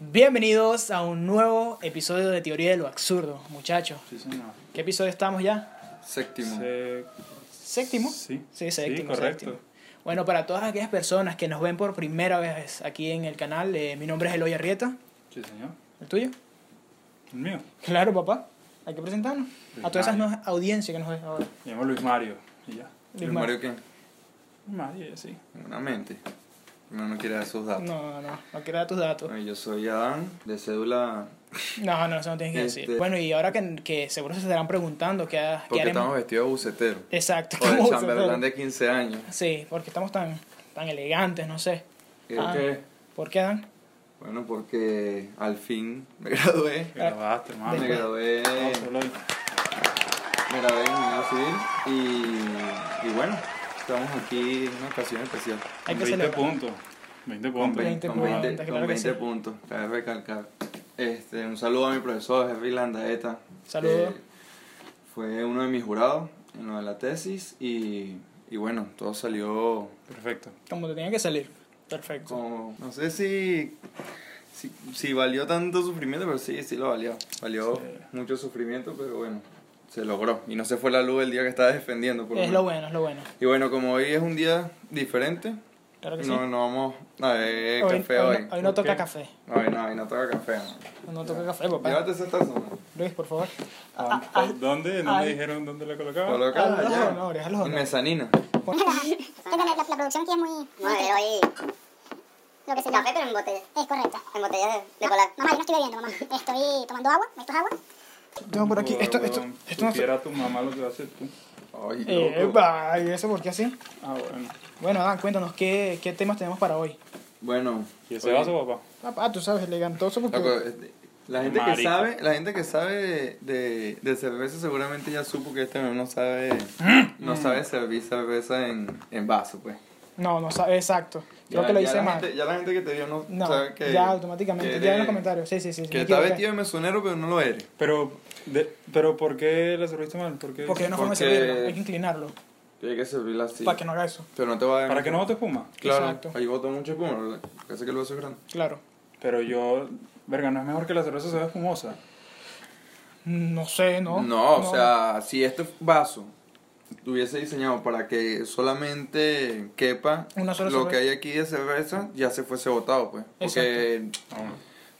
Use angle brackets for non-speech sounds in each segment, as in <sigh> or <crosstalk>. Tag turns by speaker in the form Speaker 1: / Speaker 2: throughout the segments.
Speaker 1: Bienvenidos a un nuevo episodio de Teoría de lo Absurdo, muchachos.
Speaker 2: Sí, señor.
Speaker 1: ¿Qué episodio estamos ya?
Speaker 3: Séptimo.
Speaker 2: Se-
Speaker 1: ¿Séptimo?
Speaker 2: Sí.
Speaker 1: Sí, séptimo.
Speaker 2: correcto.
Speaker 1: séptimo. Bueno, para todas aquellas personas que nos ven por primera vez aquí en el canal, eh, mi nombre es Eloy Arrieta.
Speaker 2: Sí, señor.
Speaker 1: ¿El tuyo?
Speaker 2: El mío.
Speaker 1: Claro, papá. Hay que presentarnos.
Speaker 2: Luis
Speaker 1: A todas esas
Speaker 2: Mario.
Speaker 1: nuevas audiencias que nos ven ahora.
Speaker 2: Me llamo Luis Mario. Y ya.
Speaker 3: ¿El
Speaker 1: Luis Mario.
Speaker 3: Mario qué?
Speaker 2: Luis Mario, ya sí.
Speaker 3: Una mente. Uno no quiere dar sus datos.
Speaker 1: No, no, no quiero dar tus datos.
Speaker 3: Bueno, yo soy Adán, de cédula.
Speaker 1: No, no, eso no tienes que
Speaker 3: Este-
Speaker 1: decir. Bueno, y ahora que, que seguro se estarán preguntando qué, ha- qué
Speaker 3: Porque
Speaker 1: haremos.
Speaker 3: estamos vestidos
Speaker 1: <laughs>
Speaker 3: de bucetero.
Speaker 1: Exacto.
Speaker 3: O de
Speaker 1: ¿cómo se
Speaker 3: chamberlain
Speaker 1: hace?
Speaker 3: de 15 años.
Speaker 1: Sí, porque estamos tan, tan elegantes, no sé.
Speaker 3: ¿Qué-
Speaker 1: Ah.
Speaker 3: qué?
Speaker 1: ¿Por qué, Dan?
Speaker 3: Bueno, porque al fin me gradué.
Speaker 2: Te grabaste,
Speaker 1: Ah,
Speaker 2: hermano.
Speaker 3: Me gradué.
Speaker 2: Aplauso, Eloy.
Speaker 3: Me gradué en Ingeniería Civil. Y, y bueno, estamos aquí en una ocasión especial.
Speaker 1: Hay que
Speaker 2: 20
Speaker 1: celebrar.
Speaker 2: puntos. 20
Speaker 3: Con
Speaker 2: puntos.
Speaker 3: 20, con
Speaker 1: puntos,
Speaker 3: 20,
Speaker 1: claro
Speaker 3: con
Speaker 1: que
Speaker 3: 20
Speaker 1: sí.
Speaker 3: puntos, cabe recalcar. Este, un saludo a mi profesor, Jeffrey Landaeta.
Speaker 1: Saludos.
Speaker 3: que Fue uno de mis jurados en lo de la tesis y, y bueno, todo salió
Speaker 2: Perfecto.
Speaker 1: Como te tenía que salir. Perfecto.
Speaker 3: como, no sé si, si, si valió tanto sufrimiento, pero sí, sí lo valió. Valió
Speaker 2: Sí.
Speaker 3: mucho sufrimiento, pero bueno, se logró. Y no se fue la luz el día que estaba defendiendo. Por lo
Speaker 1: es
Speaker 3: menos.
Speaker 1: lo bueno, es lo bueno.
Speaker 3: Y bueno, como hoy es un día diferente,
Speaker 1: Claro que sí.
Speaker 3: no, no vamos a ver
Speaker 1: hoy,
Speaker 3: café
Speaker 1: hoy
Speaker 3: hoy.
Speaker 1: no- hoy no
Speaker 2: ¿Por
Speaker 1: toca
Speaker 2: qué?
Speaker 1: café.
Speaker 3: No, no, no toca café.
Speaker 1: Hoy No toca café, papá.
Speaker 3: Llévate esa taza. man.
Speaker 1: Luis, por favor.
Speaker 2: Ah, ¿Dónde? ¿No me
Speaker 1: ay.
Speaker 2: dijeron dónde la colocaba?
Speaker 3: Colócala
Speaker 1: Ah,
Speaker 3: allá.
Speaker 1: no, no, déjalo, no.
Speaker 3: En mezanina.
Speaker 4: Es que la, la- la producción aquí es muy...
Speaker 5: Bueno, pero ahí,
Speaker 4: Lo que se llama...
Speaker 5: café pero en botella,
Speaker 4: Es correcto.
Speaker 5: en botellas de, de
Speaker 4: Ma-
Speaker 5: cola.
Speaker 4: Mamá, yo no estoy
Speaker 5: <laughs>
Speaker 4: bebiendo, mamá. Estoy tomando agua. ¿Me echas agua?
Speaker 1: Tengo por aquí. Esto, esto,
Speaker 2: Huevón,
Speaker 1: esto no se-
Speaker 2: supiera tu mamá lo que va a hacer tú.
Speaker 3: Ay, loco.
Speaker 1: Epa, Eh, ¿y eso por qué así?
Speaker 2: Ah, bueno.
Speaker 1: Bueno, Dan, cuéntanos qué, qué temas tenemos para hoy.
Speaker 3: Bueno.
Speaker 2: ¿Y ese
Speaker 3: oye,
Speaker 2: vaso, papá?
Speaker 1: Papá, tú sabes, elegantoso porque...
Speaker 3: loco, este, la gente que
Speaker 2: Marico.
Speaker 3: sabe, la gente que sabe de, de, de cerveza seguramente ya supo que este menú no sabe, no
Speaker 1: Mm.
Speaker 3: sabe servir cerveza en, en vaso, pues.
Speaker 1: No, no sabes, exacto.
Speaker 3: Ya-
Speaker 1: Creo que lo
Speaker 3: ya
Speaker 1: hice
Speaker 3: la
Speaker 1: mal.
Speaker 3: gente- ya la gente que te vio no,
Speaker 1: No,
Speaker 3: sabe que...
Speaker 1: ya automáticamente,
Speaker 3: que
Speaker 1: ya en los
Speaker 3: eres-
Speaker 1: comentarios. Sí, sí, sí. sí,
Speaker 3: Que
Speaker 1: me
Speaker 3: está
Speaker 1: equivoqué.
Speaker 3: vestido de mesonero, pero no lo eres.
Speaker 2: Pero, de- pero ¿por qué la serviste mal? ¿Por qué?
Speaker 1: Porque hay una forma de
Speaker 3: Porque-
Speaker 1: servirlo, hay que inclinarlo
Speaker 3: Tiene que servirla así.
Speaker 1: para que no haga eso.
Speaker 3: Pero no te va a...
Speaker 2: ¿Para que no bote espuma?
Speaker 3: Claro,
Speaker 1: Exacto.
Speaker 3: ahí botó mucho espuma, ¿verdad? Parece que el vaso es grande.
Speaker 1: Claro.
Speaker 2: Pero yo, verga, ¿no es mejor que la cerveza sea espumosa?
Speaker 1: No sé, ¿no?
Speaker 3: No, o sea, si este vaso estuviese diseñado para que solamente quepa
Speaker 1: Una sola
Speaker 3: lo
Speaker 1: cerveza.
Speaker 3: que hay aquí de cerveza, ya se fuese botado, pues. Porque,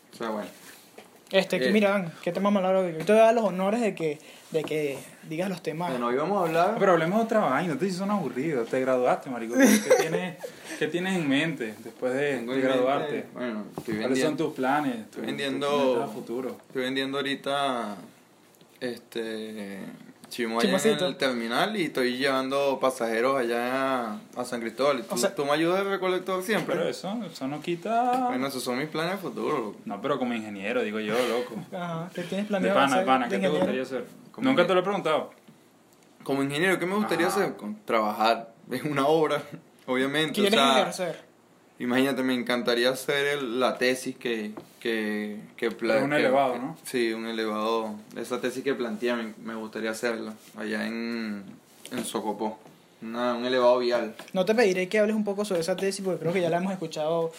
Speaker 3: o sea, bueno.
Speaker 1: Este, que
Speaker 3: Eh.
Speaker 1: mira, Dan, qué tema más largo. que- Yo te voy a dar los honores de que, de que digas los temas.
Speaker 3: Bueno, hoy vamos a hablar...
Speaker 2: Ah, Pero hablemos de otra vaina, te son aburridos, te graduaste, marico. ¿Qué tienes, qué tienes en mente después de,
Speaker 3: Tengo
Speaker 2: de
Speaker 3: en mente-
Speaker 2: graduarte?
Speaker 3: Bueno, estoy
Speaker 2: ¿Cuáles son
Speaker 3: vendiendo,
Speaker 2: tus planes? ¿Tus-
Speaker 3: vendiendo-
Speaker 2: tus metas a futuro?
Speaker 3: estoy vendiendo ahorita, este, chimo allá en
Speaker 1: Chimocito.
Speaker 3: el terminal y estoy llevando pasajeros allá a San Cristóbal. Y tú,
Speaker 1: O sea-
Speaker 3: tú me ayudas de recolector siempre.
Speaker 2: Pero eso, eso no quita...
Speaker 3: Bueno, esos son mis planes futuros, loco.
Speaker 2: No, pero como ingeniero, digo yo, loco.
Speaker 1: Ajá, ¿qué tienes
Speaker 2: De
Speaker 1: planeado
Speaker 2: pana, de
Speaker 1: hacer
Speaker 2: pana,
Speaker 1: de
Speaker 2: ¿qué te
Speaker 1: ingeniero?
Speaker 2: gustaría hacer?
Speaker 3: Como
Speaker 2: Nunca
Speaker 3: que-
Speaker 2: te lo he preguntado.
Speaker 3: Como ingeniero, ¿qué me gustaría
Speaker 2: Ajá.
Speaker 3: hacer? Con- trabajar en una obra, <laughs> obviamente.
Speaker 1: ¿Qué
Speaker 3: o
Speaker 1: quieres
Speaker 3: sea,
Speaker 1: ejercer?
Speaker 3: Imagínate, me encantaría hacer el- la tesis que... que, que pla-
Speaker 2: Es un
Speaker 3: que-
Speaker 2: elevado,
Speaker 3: que-
Speaker 2: ¿no?
Speaker 3: Sí, un elevado. Esa tesis que plantea me, me gustaría hacerla allá en, en Socopó. Una- un elevado vial.
Speaker 1: No te pediré que hables un poco sobre esa tesis porque creo que ya la hemos escuchado.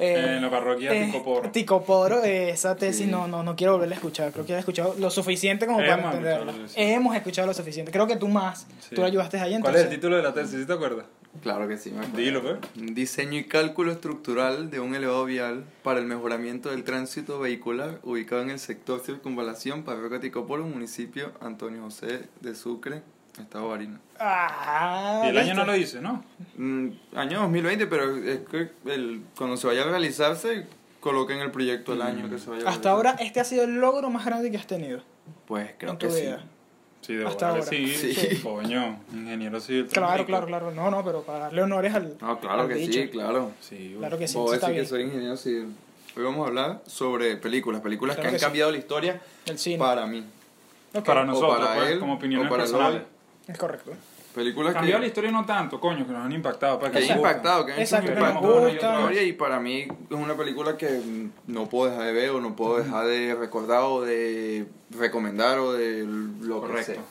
Speaker 1: eh,
Speaker 2: En la parroquia
Speaker 1: eh,
Speaker 2: Ticoporo.
Speaker 1: Ticoporo, eh, esa tesis
Speaker 3: Sí.
Speaker 1: no, no, no quiero volverla a escuchar. Creo que ya la he escuchado lo suficiente como para
Speaker 2: Hemos
Speaker 1: entenderla.
Speaker 2: escuchado, sí.
Speaker 1: Hemos escuchado lo suficiente. Creo que tú más.
Speaker 2: Sí.
Speaker 1: Tú la ayudaste ahí
Speaker 2: ¿Cuál es
Speaker 1: entonces.
Speaker 2: el título de la tesis, si te acuerdas?
Speaker 3: Claro que sí, me acuerdo.
Speaker 2: Dilo, pues.
Speaker 3: Diseño y cálculo estructural de un elevado vial para el mejoramiento del tránsito vehicular ubicado en el sector circunvalación Parroquia Ticoporo, municipio Antonio José de Sucre, Estado Barina.
Speaker 1: Ah,
Speaker 2: Y el año
Speaker 1: ¿viste?
Speaker 2: no lo hice, ¿no?
Speaker 3: Mm, año 2020, pero es que el, cuando se vaya a realizarse, coloquen el proyecto el año que se vaya a
Speaker 1: Hasta
Speaker 3: realizar.
Speaker 1: ahora este ha sido el logro más grande que has tenido.
Speaker 3: Pues creo
Speaker 1: en tu
Speaker 3: que sí.
Speaker 1: vida.
Speaker 2: Sí, de
Speaker 1: Hasta
Speaker 2: bola,
Speaker 1: ahora.
Speaker 2: Sí,
Speaker 3: Sí.
Speaker 2: coño, ingeniero civil.
Speaker 1: Claro,
Speaker 2: marico.
Speaker 1: claro, claro. No, no, pero para darle honores al.
Speaker 3: No, claro
Speaker 1: al
Speaker 3: que
Speaker 1: dicho.
Speaker 3: sí, claro.
Speaker 2: Sí, güey.
Speaker 1: Claro que sí,
Speaker 3: Puedo
Speaker 1: eso está
Speaker 3: decir
Speaker 1: bien.
Speaker 3: que soy ingeniero civil. Hoy vamos a hablar sobre películas, películas
Speaker 1: Claro
Speaker 3: que han
Speaker 1: que sí.
Speaker 3: cambiado la historia
Speaker 1: El cine.
Speaker 3: para mí.
Speaker 1: Ok,
Speaker 2: Para nosotros,
Speaker 3: o para
Speaker 2: pues,
Speaker 3: él,
Speaker 2: como
Speaker 3: o
Speaker 2: opiniones
Speaker 3: para
Speaker 2: personales.
Speaker 3: Lola.
Speaker 1: Es correcto.
Speaker 3: Películas que...
Speaker 2: Cambió la historia no tanto, coño, que nos han impactado. Para
Speaker 3: que
Speaker 2: que
Speaker 3: haya impactado, que haya hecho
Speaker 1: Exacto,
Speaker 3: un
Speaker 1: que nos
Speaker 3: impacto en la
Speaker 1: gusta.
Speaker 3: historia y para mí es una película que mm, no puedo dejar de ver o no puedo dejar de recordar o de recomendar o de lo
Speaker 2: Correcto.
Speaker 3: que sea.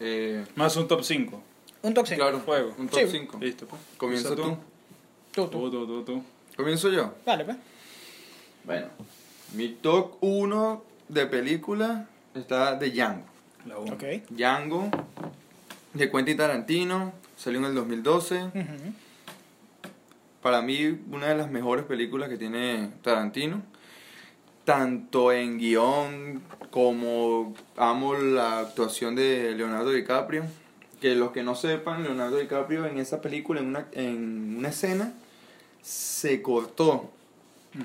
Speaker 3: Eh,
Speaker 2: Más un top 5.
Speaker 1: Un toxic.
Speaker 3: claro,
Speaker 2: Juego.
Speaker 3: un top
Speaker 1: Sí.
Speaker 3: 5.
Speaker 2: Listo, pues.
Speaker 3: Comienza tú.
Speaker 1: Tú, tú.
Speaker 2: Tú, tú, tú, tú.
Speaker 3: ¿Comienzo yo?
Speaker 1: Dale, pues.
Speaker 3: Bueno. Mi top 1 de película está de Django.
Speaker 2: La uno.
Speaker 1: Ok.
Speaker 3: Django, de Quentin Tarantino, salió en el 2012.
Speaker 1: Ujú.
Speaker 3: Para mí, una de las mejores películas que tiene Tarantino. Tanto en guión como amo la actuación de Leonardo DiCaprio. Que los que no sepan, Leonardo DiCaprio en esa película, en una, en una escena, se cortó